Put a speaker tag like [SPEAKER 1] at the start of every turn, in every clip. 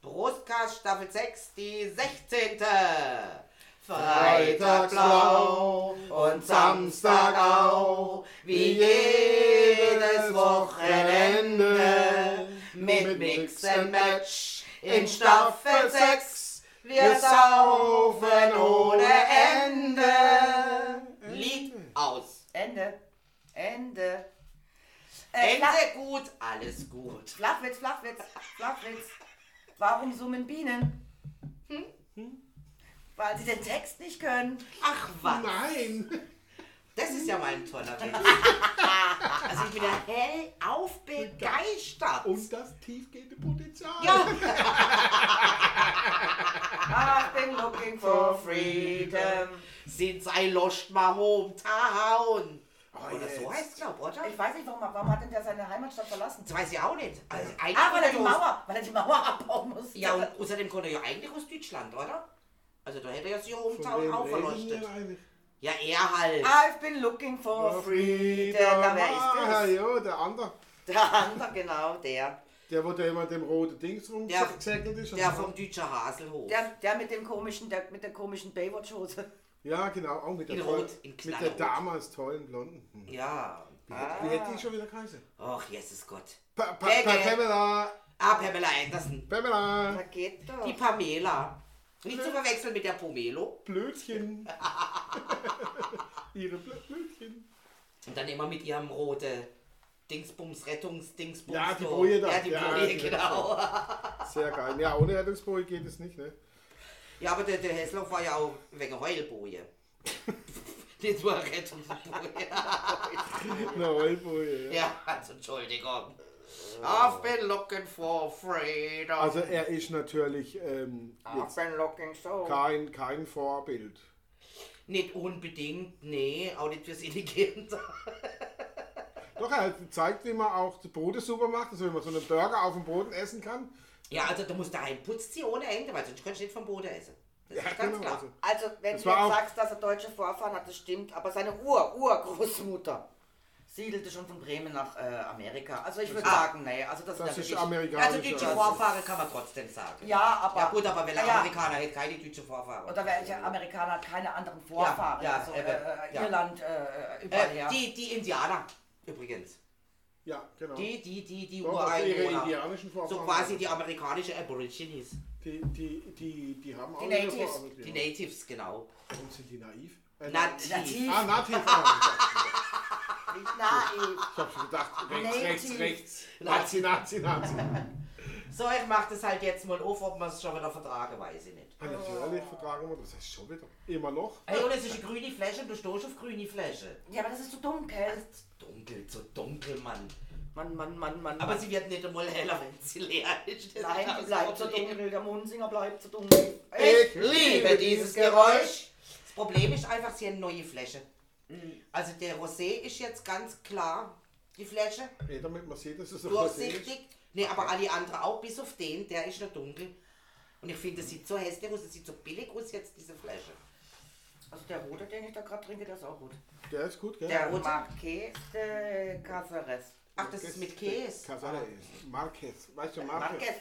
[SPEAKER 1] Podcast Staffel 6, die 16. Freitag blau und Samstag auch, wie jedes Wochenende mit Mix and Match in Staffel 6. Wir saufen ohne Ende. Lied aus.
[SPEAKER 2] Ende. Ende. Äh,
[SPEAKER 1] Ende
[SPEAKER 2] Flach,
[SPEAKER 1] gut, alles gut.
[SPEAKER 2] Flachwitz, Flachwitz, Flachwitz. Warum summen Bienen? Hm? Weil sie den Text nicht können.
[SPEAKER 1] Ach was,
[SPEAKER 3] Nein.
[SPEAKER 1] das ist ja mal ein toller Witz. Also ich bin ja hellauf begeistert.
[SPEAKER 3] Und das tiefgehende Potenzial.
[SPEAKER 2] I've been looking for freedom.
[SPEAKER 1] Since I lost my hometown.
[SPEAKER 3] Oh,
[SPEAKER 1] oder so
[SPEAKER 3] jetzt.
[SPEAKER 1] heißt es, glaube oder?
[SPEAKER 2] Ich weiß nicht, warum, warum hat denn der seine Heimatstadt verlassen?
[SPEAKER 1] Das weiß ich auch nicht. Also eigentlich
[SPEAKER 2] Ah, weil er die
[SPEAKER 1] konnte er aus-
[SPEAKER 2] Mauer, weil er die Mauer abbauen muss.
[SPEAKER 1] Ja, und außerdem konnte er ja eigentlich aus Deutschland, oder? Also da hätte er ja sich
[SPEAKER 3] Von
[SPEAKER 1] Hometown
[SPEAKER 3] wem
[SPEAKER 1] auch
[SPEAKER 3] reden
[SPEAKER 1] verleuchtet.
[SPEAKER 3] wir eigentlich?
[SPEAKER 1] Ja, er halt.
[SPEAKER 2] I've been looking for freedom. Na,
[SPEAKER 3] Ah,
[SPEAKER 2] wer ist
[SPEAKER 3] ja, der andere.
[SPEAKER 2] das? Der andere, genau, der.
[SPEAKER 3] Der, wo da immer dem roten Dings
[SPEAKER 1] Der-
[SPEAKER 3] rumgezeckelt ist.
[SPEAKER 1] Der
[SPEAKER 3] Also-
[SPEAKER 1] vom Deutscher Haselhof.
[SPEAKER 2] Der, der mit dem komischen, der mit der komischen Baywatch-Hose.
[SPEAKER 3] Ja, genau, auch mit der,
[SPEAKER 1] In
[SPEAKER 3] tollen-
[SPEAKER 1] Rot, Ah. in
[SPEAKER 3] mit der
[SPEAKER 1] Knallrot.
[SPEAKER 3] damals tollen Blonden. Hm.
[SPEAKER 1] ja.
[SPEAKER 3] Wie hätte die schon wieder geheißen?
[SPEAKER 1] Ach, Jesus Gott.
[SPEAKER 3] Pa, pa,
[SPEAKER 2] Peggy.
[SPEAKER 3] pa, Pamela!
[SPEAKER 1] Ah, Pamela Anderson.
[SPEAKER 2] Da
[SPEAKER 3] Pamela!
[SPEAKER 2] geht doch.
[SPEAKER 1] Die Pamela. Nicht zu verwechseln mit der Pomelo.
[SPEAKER 3] Blödchen! Ihre Blö- Blödchen!
[SPEAKER 1] Und dann immer mit ihrem rote Dingsbums, Rettungsdingsbums.
[SPEAKER 3] Ja, die
[SPEAKER 1] so.
[SPEAKER 3] Boje da.
[SPEAKER 1] Ja, die
[SPEAKER 3] Ja,
[SPEAKER 1] Boje,
[SPEAKER 3] die
[SPEAKER 1] genau.
[SPEAKER 3] Sehr geil. Ja, ohne Rettungsboje geht es nicht, ne?
[SPEAKER 1] Ja, aber der, der Hessler war ja auch wegen Heulboje. Nicht nur Rettungsboje.
[SPEAKER 3] Eine Rollboje. Ja.
[SPEAKER 1] Ja, also Entschuldigung. I've been looking for freedom.
[SPEAKER 3] Also er ist natürlich ähm,
[SPEAKER 2] I've
[SPEAKER 3] jetzt
[SPEAKER 2] been looking so.
[SPEAKER 3] kein, kein Vorbild.
[SPEAKER 1] nicht unbedingt, nee, auch nicht fürs Intelligente.
[SPEAKER 3] Doch, er zeigt, wie man auch die Brote super macht, also wie man so einen Burger auf dem Boden essen kann.
[SPEAKER 1] Ja, also du musst daheim putzen sie ohne Ende, weil sonst kannst du nicht vom Boden essen. Das ist ganz klar.
[SPEAKER 3] also.
[SPEAKER 2] Also, wenn
[SPEAKER 3] Das
[SPEAKER 2] du
[SPEAKER 3] war
[SPEAKER 2] jetzt
[SPEAKER 3] auch-
[SPEAKER 2] sagst, dass er deutsche Vorfahren hat, das stimmt. Aber seine Ur, Urgroßmutter siedelte schon von Bremen nach äh, Amerika. Also, ich würde sagen, nee. Also, das,
[SPEAKER 3] Das
[SPEAKER 2] ja
[SPEAKER 3] ist
[SPEAKER 2] wirklich-
[SPEAKER 3] amerikanisch.
[SPEAKER 1] Also deutsche
[SPEAKER 3] also.
[SPEAKER 1] Vorfahren kann man trotzdem sagen.
[SPEAKER 2] Ja, aber.
[SPEAKER 1] Ja gut, aber wenn ein
[SPEAKER 2] Ja, ja.
[SPEAKER 1] Amerikaner hätte keine deutsche Vorfahren.
[SPEAKER 2] Oder welche Amerikaner hat keine anderen Vorfahren?
[SPEAKER 1] Ja, ja,
[SPEAKER 2] also,
[SPEAKER 1] eben,
[SPEAKER 2] äh, äh,
[SPEAKER 1] ja.
[SPEAKER 2] Irland, äh, äh, überall
[SPEAKER 1] äh,
[SPEAKER 2] her.
[SPEAKER 1] die, die Indianer übrigens.
[SPEAKER 3] Ja, genau.
[SPEAKER 1] Die, die, die, die
[SPEAKER 3] Doch, also ihre
[SPEAKER 1] Ureinwohner.
[SPEAKER 3] indianischen
[SPEAKER 1] So
[SPEAKER 3] Vorfahren.
[SPEAKER 1] quasi die amerikanische Aborigines.
[SPEAKER 3] Die, die, die, die haben auch
[SPEAKER 2] Die
[SPEAKER 3] ihre
[SPEAKER 2] Natives.
[SPEAKER 3] Vorbilder.
[SPEAKER 1] Die Natives, genau.
[SPEAKER 3] Warum sind die naiv? Äh,
[SPEAKER 1] Nativ.
[SPEAKER 2] Nativ.
[SPEAKER 3] Ah, nativ. Ah,
[SPEAKER 2] Nein,
[SPEAKER 3] ich hab schon gedacht, rechts,
[SPEAKER 2] Nativ.
[SPEAKER 3] rechts, rechts. Nazi, Nazi, Nazi.
[SPEAKER 1] So, ich mach das halt jetzt mal auf, ob man es schon wieder vertragen, weiß ich nicht.
[SPEAKER 3] Ah, natürlich vertragen wir das. Das ist schon wieder. Immer noch.
[SPEAKER 1] Hey, und es ist eine grüne Fläche und du stehst auf grüne Fläche.
[SPEAKER 2] ja, aber das ist so dunkel.
[SPEAKER 1] Dunkel, so dunkel, Mann.
[SPEAKER 2] Mann, Mann, Mann, Mann.
[SPEAKER 1] Aber
[SPEAKER 2] Mann.
[SPEAKER 1] sie wird nicht einmal heller, wenn sie leer ist. Das
[SPEAKER 2] Nein,
[SPEAKER 1] ist
[SPEAKER 2] die
[SPEAKER 1] das
[SPEAKER 2] bleibt so
[SPEAKER 1] Problem.
[SPEAKER 2] dunkel. Der Munsinger bleibt so dunkel.
[SPEAKER 1] Ich liebe dieses Geräusch. Das Problem ist einfach, sie haben neue Fläche. Also der Rosé ist jetzt ganz klar die Fläche,
[SPEAKER 3] Hey, damit man sieht, dass es so ist.
[SPEAKER 1] durchsichtig. Ne, aber alle anderen auch, bis auf den, der ist noch dunkel. Und ich finde, das sieht so hässlich aus, das sieht so billig aus jetzt, diese Fläche.
[SPEAKER 2] Also der rote, den ich da gerade trinke, der ist auch gut.
[SPEAKER 3] Der ist gut, gell?
[SPEAKER 2] Der
[SPEAKER 1] rote?
[SPEAKER 2] Marqués de Cáceres.
[SPEAKER 1] Ach, das ist mit Käse.
[SPEAKER 3] Casale ist. Marquez. Weißt du, Marquez?
[SPEAKER 2] Marqués.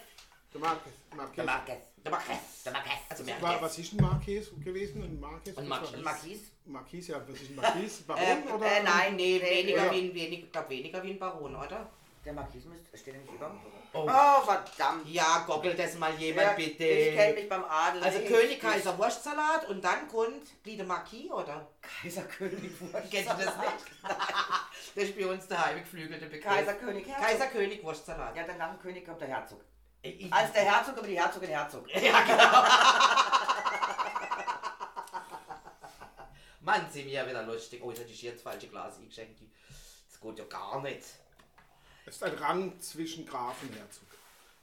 [SPEAKER 3] Der Marquez. Marquez.
[SPEAKER 1] Der Marquez. Der Marquez. Der Marquez. Also
[SPEAKER 3] Das war,
[SPEAKER 1] Marquez.
[SPEAKER 3] was ist ein Marquez gewesen? Ein Marquez?
[SPEAKER 1] Ein Ähm,
[SPEAKER 3] Das war-
[SPEAKER 1] Marquis.
[SPEAKER 2] Marquis?
[SPEAKER 3] Marquis, ja. Was ist ein Marquis? Warum?
[SPEAKER 2] Äh,
[SPEAKER 3] oder?
[SPEAKER 2] äh, nein.
[SPEAKER 1] nee, weniger
[SPEAKER 3] Ja.
[SPEAKER 1] wie ein, wenig, glaub weniger wie ein Baron, oder?
[SPEAKER 2] Der Marquis müsste, steht er nicht über?
[SPEAKER 1] Oh.
[SPEAKER 2] Oh, verdammt.
[SPEAKER 1] Ja, goggelt das mal jemand
[SPEAKER 2] Ja,
[SPEAKER 1] bitte.
[SPEAKER 2] Ich kenne mich beim Adel.
[SPEAKER 1] Also
[SPEAKER 2] nicht.
[SPEAKER 1] König, Kaiser, Wurstsalat und dann kommt Lieder Marquis, oder?
[SPEAKER 2] Kaiser, König,
[SPEAKER 1] Kennst du das nicht? das ist bei uns der heimgeflügelte Begriff.
[SPEAKER 2] Kaiser, König, Herzog.
[SPEAKER 1] Kaiser, König, Wurstsalat.
[SPEAKER 2] Ja, dann nach dem König kommt der Herzog.
[SPEAKER 1] Ich-
[SPEAKER 2] Als der Herzog über die Herzogin Herzog.
[SPEAKER 1] Mann, sind wir ja wieder lustig. Oh, jetzt hatte ich jetzt das falsche Glas eingeschenkt. Das geht ja gar nicht.
[SPEAKER 3] Es ist ein Rang zwischen Grafen und Herzog.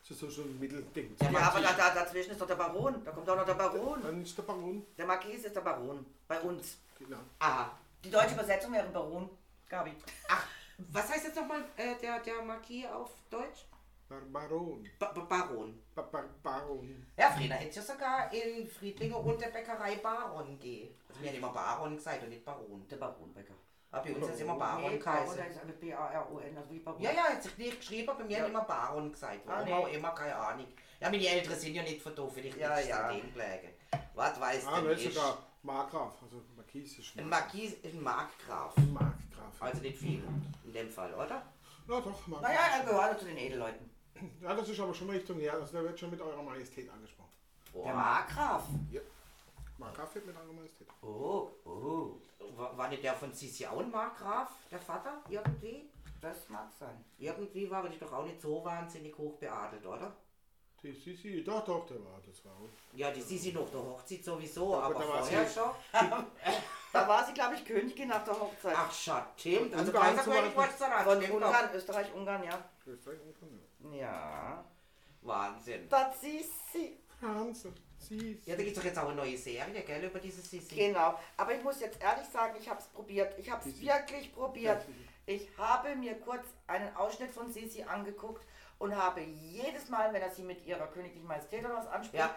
[SPEAKER 3] Das ist so schon ein Mittelding.
[SPEAKER 1] Ja,
[SPEAKER 2] Ja, aber da, da, dazwischen ist doch der Baron. Da kommt auch noch der Baron.
[SPEAKER 3] Dann ist der Baron.
[SPEAKER 2] Der Marquis ist der Baron. Bei uns.
[SPEAKER 3] Genau.
[SPEAKER 1] Ah,
[SPEAKER 2] Die deutsche Übersetzung wäre Baron. Gabi.
[SPEAKER 1] ach, was heißt jetzt nochmal äh, der, der Marquis auf Deutsch?
[SPEAKER 3] Bar Baron.
[SPEAKER 1] Ba Ba- Baron.
[SPEAKER 3] Ba Ba Baron.
[SPEAKER 1] Ja, Frieda hätte ja sogar in Friedlinge und der Bäckerei Baron gehen. Also wir haben immer Baron gesagt und nicht Baron.
[SPEAKER 2] Der Baron, Becker.
[SPEAKER 1] Aber bei uns ist immer
[SPEAKER 4] Nee,
[SPEAKER 1] Baron
[SPEAKER 4] Baron, da
[SPEAKER 1] geheißen.
[SPEAKER 4] ist aber B-A-R-O-N, also wie Baron.
[SPEAKER 1] Ja, ja, jetzt hat nicht geschrieben, bei mir hat immer Baron gesagt. Warum
[SPEAKER 2] nee.
[SPEAKER 1] auch immer, keine Ahnung. Ja, meine Eltern sind ja nicht verdoof, vielleicht
[SPEAKER 2] Ja,
[SPEAKER 1] ist es
[SPEAKER 2] ja.
[SPEAKER 1] an dem gelegen. Was weiß
[SPEAKER 3] Ah,
[SPEAKER 1] denn
[SPEAKER 3] nicht
[SPEAKER 1] ich?
[SPEAKER 3] sogar Markgraf, also Marquis ist
[SPEAKER 1] Ein
[SPEAKER 3] Mark-
[SPEAKER 1] Marquis, ein Markgraf.
[SPEAKER 3] Markgraf.
[SPEAKER 1] Also nicht viel in dem Fall, oder?
[SPEAKER 3] Na doch, Markgraf.
[SPEAKER 2] Naja, er gehört zu den Edelleuten.
[SPEAKER 3] Ja, das ist aber schon Richtung, ja, also der wird schon mit eurer Majestät angesprochen.
[SPEAKER 2] Der
[SPEAKER 1] Boah.
[SPEAKER 2] Markgraf.
[SPEAKER 3] Markgraf wird mit eurer Majestät.
[SPEAKER 2] Oh, oh.
[SPEAKER 1] Wa- War nicht der von Sision Markgraf, der Vater, irgendwie?
[SPEAKER 2] Das mag sein.
[SPEAKER 1] Irgendwie war er doch auch nicht so wahnsinnig hoch beadelt, oder?
[SPEAKER 3] Die Sisi, doch, doch, der war, das war.
[SPEAKER 1] Ja, die Sisi noch der Hochzeit sowieso,
[SPEAKER 3] Ja, gut,
[SPEAKER 1] aber
[SPEAKER 3] da war
[SPEAKER 1] vorher
[SPEAKER 3] sie-
[SPEAKER 1] schon.
[SPEAKER 2] Da war sie, glaube ich, Königin nach der Hochzeit.
[SPEAKER 1] Ach, stimmt. Also
[SPEAKER 3] Ungarn
[SPEAKER 1] Kaiser
[SPEAKER 3] zum
[SPEAKER 1] König
[SPEAKER 3] Beispiel.
[SPEAKER 2] Von
[SPEAKER 1] Wolfsalat,
[SPEAKER 2] Ungarn, Österreich, Ungarn, ja.
[SPEAKER 3] Österreich und Ungarn, ja.
[SPEAKER 2] Ja.
[SPEAKER 1] Wahnsinn.
[SPEAKER 2] Das ist sie.
[SPEAKER 3] Hans, Sisi.
[SPEAKER 1] Ja, da gibt es doch jetzt auch eine neue Serie, gell, über diese Sisi.
[SPEAKER 2] Genau, aber ich muss jetzt ehrlich sagen, ich habe es probiert. Ich habe es wirklich probiert. Ich habe mir kurz einen Ausschnitt von Sisi angeguckt und habe jedes Mal, wenn er sie mit ihrer königlichen Majestät oder was anspricht,
[SPEAKER 1] Ja.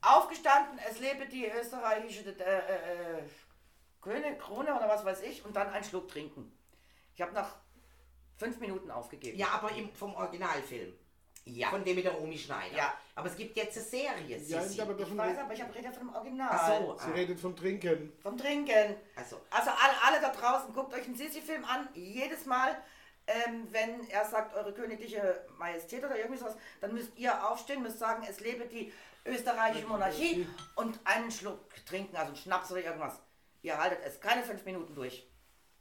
[SPEAKER 2] aufgestanden, es lebe die österreichische äh, äh, äh, König, Krone oder was weiß ich und dann einen Schluck trinken. Ich habe nach fünf Minuten aufgegeben.
[SPEAKER 1] Ja, aber im, vom Originalfilm.
[SPEAKER 2] ja.
[SPEAKER 1] Von dem mit der Omi Schneider.
[SPEAKER 2] Ja.
[SPEAKER 1] Aber es gibt jetzt eine Serie,
[SPEAKER 3] Ja,
[SPEAKER 1] Sisi.
[SPEAKER 3] aber
[SPEAKER 2] Ich
[SPEAKER 3] davon,
[SPEAKER 2] weiß, aber ich habe rede von dem Original.
[SPEAKER 1] Ach so,
[SPEAKER 3] sie
[SPEAKER 1] ah,
[SPEAKER 3] redet vom Trinken.
[SPEAKER 2] Vom Trinken.
[SPEAKER 1] also.
[SPEAKER 2] Also alle, alle da draußen, guckt euch einen Sisi-Film an. Jedes Mal, ähm, wenn er sagt, eure königliche Majestät oder irgendwie sowas, dann müsst ihr aufstehen, müsst sagen, es lebe die österreichische Monarchie und einen Schluck trinken, also einen Schnaps oder irgendwas. Ihr haltet es keine fünf Minuten durch.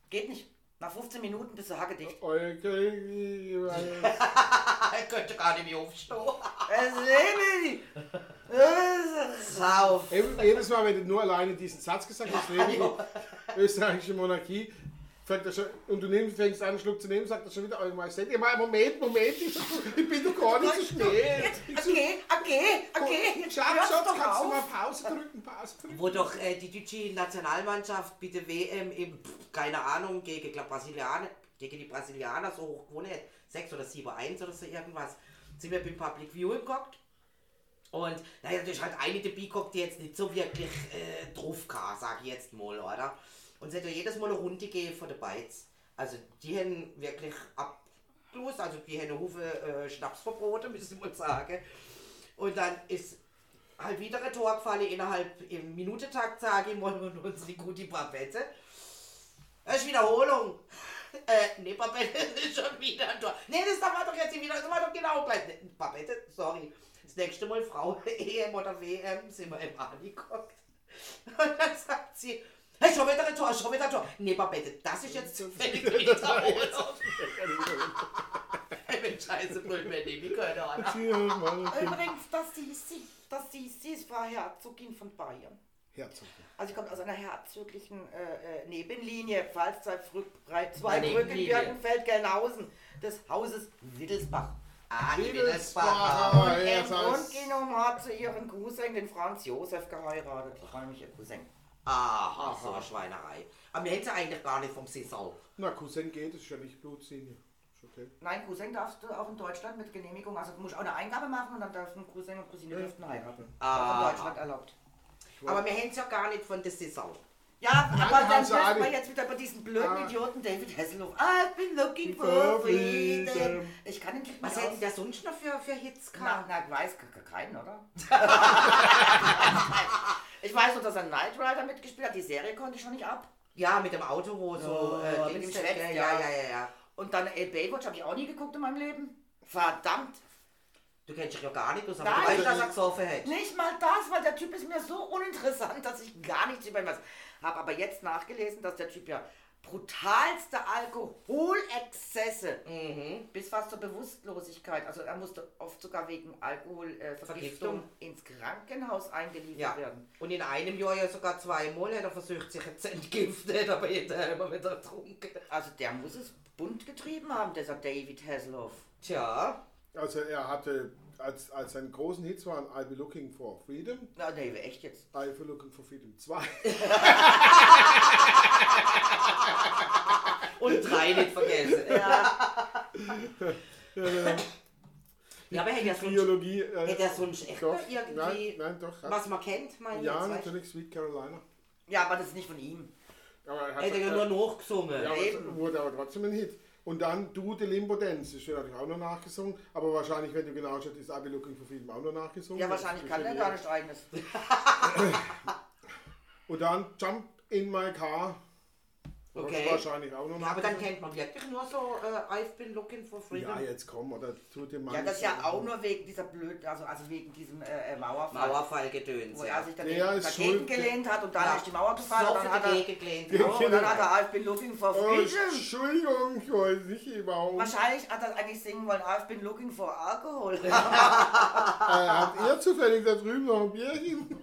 [SPEAKER 2] Geht nicht. Nach 15 Minuten bist du hackedicht.
[SPEAKER 3] Euer König,
[SPEAKER 1] Er könnte gar nicht mehr aufstehen.
[SPEAKER 2] Es lebe die. Es-
[SPEAKER 1] Sauf.
[SPEAKER 3] Eben- Jedes Mal, wenn du nur alleine diesen Satz gesagt hast, lebe die österreichische Monarchie, fängt er schon, und du nimmst, fängst an, einen Schluck zu nehmen, sagt er schon wieder, oh, Majestät, immer, Moment, Moment, ich, ich bin doch gar nicht so schnell.
[SPEAKER 2] Jetzt, Okay, okay, okay. Jetzt
[SPEAKER 3] Schatz,
[SPEAKER 2] hört's
[SPEAKER 3] Schatz,
[SPEAKER 2] doch
[SPEAKER 3] kannst du mal
[SPEAKER 2] auf.
[SPEAKER 3] Pause drücken, Pause drücken.
[SPEAKER 1] Wo doch äh, die deutsche Nationalmannschaft bitte WM im, pff, keine Ahnung, gegen, glaub, Brasilianer, gegen die Brasilianer so hoch gewonnen hat. 6 oder 7, 1 oder so irgendwas. Sind wir beim Public Viewing geguckt. Und da ist natürlich halt eine dabei geguckt, die jetzt nicht so wirklich äh, drauf kam, sag ich jetzt mal, oder? Und sie hat ja jedes Mal eine Runde gegeben von den Beiz. Also die haben wirklich abgelöst, also die haben eine Hufe äh, Schnaps verboten, müssen ich mal sagen. Und dann ist halt wieder ein Tor gefallen innerhalb im Minutentakt, sage ich mal, und unsere gute Babette. Das ist Wiederholung. Äh, nee, Babette das ist schon wieder ein Tor. Nee, das war doch jetzt wieder, das war doch genau gleich. Nee, Babette, sorry. Das nächste Mal Frau EM oder WM sind wir im angeguckt. Und dann sagt sie, hey, schon wieder ein Tor, schon wieder ein Tor. Nee, Babette, das ist jetzt zufällig Wiederholung. Ich bin scheiße, blöd, wenn ich mich keine Ahnung.
[SPEAKER 3] Ja, Mann,
[SPEAKER 2] Übrigens, das Sisi, das Sisi ist war Herzogin von Bayern.
[SPEAKER 3] Herzog.
[SPEAKER 2] Also sie kommt aus einer herzoglichen äh, äh, Nebenlinie, Pfalzzeit, Zweibrücken,
[SPEAKER 1] Nebenlinie.
[SPEAKER 2] Birkenfeld, Gelnhausen, des Hauses Wittelsbach.
[SPEAKER 1] Ah, ich bin ein Sparer.
[SPEAKER 3] Wittelsbacher, ja,
[SPEAKER 2] Im
[SPEAKER 3] das heißt-
[SPEAKER 2] Grund genommen hat sie ihren Cousin, den Franz Josef, geheiratet. Ich freue mich, ihr Cousin.
[SPEAKER 1] Aha, so eine Ah, Schweinerei. Aber wir hätten sie eigentlich gar nicht vom Saison.
[SPEAKER 3] Na, Cousin geht, das ist ja nicht Blutlinie. Ist okay.
[SPEAKER 2] Nein, Cousin darfst du auch in Deutschland mit Genehmigung, also du musst auch eine Eingabe machen und dann dürfen Cousin und Cousine dürften heiraten. Auch in Deutschland erlaubt.
[SPEAKER 1] Aber wir hätten es ja gar nicht von der Saison.
[SPEAKER 2] Ja, aber dann
[SPEAKER 3] kannst du
[SPEAKER 2] müssen
[SPEAKER 3] alle-
[SPEAKER 2] wir jetzt wieder über diesen blöden
[SPEAKER 3] Ah.
[SPEAKER 2] Idioten David Hasselhoff. I've been looking
[SPEAKER 3] For
[SPEAKER 2] for
[SPEAKER 3] freedom.
[SPEAKER 2] freedom. Ich kann den Typ
[SPEAKER 1] Was
[SPEAKER 2] nicht
[SPEAKER 1] hätten
[SPEAKER 2] aus.
[SPEAKER 1] der sonst noch für, für Hits
[SPEAKER 2] Na,
[SPEAKER 1] gehabt?
[SPEAKER 2] na, ich weiß ke- keinen, oder? ich weiß nur, dass er Knight Rider mitgespielt hat. Die Serie konnte ich schon nicht ab.
[SPEAKER 1] Ja, mit dem Auto, wo so. äh,
[SPEAKER 2] Ja, mit dem
[SPEAKER 1] Dings-
[SPEAKER 2] Schwert,
[SPEAKER 1] ja,
[SPEAKER 2] ja.
[SPEAKER 1] ja, ja, ja, ja.
[SPEAKER 2] Und dann äh, Baywatch habe ich auch nie geguckt in meinem Leben. Verdammt.
[SPEAKER 1] Du kennst dich ja gar nicht, aus, aber
[SPEAKER 2] Nein,
[SPEAKER 1] du weißt,
[SPEAKER 2] das
[SPEAKER 1] dass er gesoffen hat.
[SPEAKER 2] Nicht mal das, weil der Typ ist mir so uninteressant, dass ich gar nichts über ihn weiß. Habe aber jetzt nachgelesen, dass der Typ ja brutalste Alkoholexzesse
[SPEAKER 1] Mhm.
[SPEAKER 2] bis fast zur Bewusstlosigkeit, also er musste oft sogar wegen Alkoholvergiftung
[SPEAKER 1] Vergiftung.
[SPEAKER 2] ins Krankenhaus eingeliefert
[SPEAKER 1] Ja.
[SPEAKER 2] werden.
[SPEAKER 1] Und in einem Jahr ja sogar zweimal hat er versucht, sich zu entgiften, aber hinterher immer wieder getrunken.
[SPEAKER 2] Also der muss es bunt getrieben haben, dieser David Hasselhoff.
[SPEAKER 1] Tja,
[SPEAKER 3] Also er hatte, als, als seine großen Hits waren I'll be looking for freedom,
[SPEAKER 2] Na nee, echt jetzt.
[SPEAKER 3] I'll be looking for freedom 2.
[SPEAKER 1] und drei nicht vergessen.
[SPEAKER 2] Ja,
[SPEAKER 1] Ja, aber hätte er sonst,
[SPEAKER 3] Biologie. Äh,
[SPEAKER 1] hätte er sonst echt
[SPEAKER 3] doch,
[SPEAKER 1] noch irgendwie,
[SPEAKER 3] nein, nein, doch.
[SPEAKER 1] was man kennt, meine ich
[SPEAKER 3] ja,
[SPEAKER 1] jetzt, weißt du?
[SPEAKER 3] natürlich Sweet Carolina.
[SPEAKER 2] ja aber das ist nicht von ihm.
[SPEAKER 3] Aber er hat
[SPEAKER 1] Hätte ja
[SPEAKER 3] er-
[SPEAKER 1] nur einen hochgesungen.
[SPEAKER 3] Ja, aber es
[SPEAKER 2] Eben.
[SPEAKER 3] wurde aber trotzdem ein Hit. Und dann Du de Limbodenz, das wird natürlich auch noch nachgesungen, aber wahrscheinlich, wenn du genau schaust, ist I'll be looking for Freedom auch noch nachgesungen.
[SPEAKER 2] Ja,
[SPEAKER 3] Das
[SPEAKER 2] wahrscheinlich
[SPEAKER 3] ist
[SPEAKER 2] kann er
[SPEAKER 3] genial.
[SPEAKER 2] gar nicht eigenes.
[SPEAKER 3] Und dann Jump in my car, okay.
[SPEAKER 1] okay.
[SPEAKER 3] wahrscheinlich auch noch
[SPEAKER 1] Aber dann
[SPEAKER 3] nachgesungen.
[SPEAKER 1] kennt man wirklich nur so äh, I've been looking for freedom.
[SPEAKER 3] Ja, jetzt komm, oder tut dir mal.
[SPEAKER 2] Ja, das ist ja auch nur wegen dieser blöden, also, also wegen diesem äh, äh, Mauerfall,
[SPEAKER 1] Mauerfallgedöns,
[SPEAKER 2] wo
[SPEAKER 1] ja.
[SPEAKER 2] er sich dagegen,
[SPEAKER 3] Der ist
[SPEAKER 2] dagegen
[SPEAKER 3] schuld.
[SPEAKER 2] gelehnt hat und dann
[SPEAKER 1] Ja.
[SPEAKER 2] ist die Mauer gefallen
[SPEAKER 1] so
[SPEAKER 2] und dann hat er,
[SPEAKER 1] gelehnt.
[SPEAKER 3] Ja.
[SPEAKER 2] und dann hat er I've been looking for
[SPEAKER 3] Oh,
[SPEAKER 2] freedom.
[SPEAKER 3] Entschuldigung, ich wollte nicht überhaupt. Äh,
[SPEAKER 2] Wahrscheinlich hat er eigentlich singen wollen, I've been looking for alcohol.
[SPEAKER 3] habt ihr Äh, zufällig da drüben noch ein Bierchen?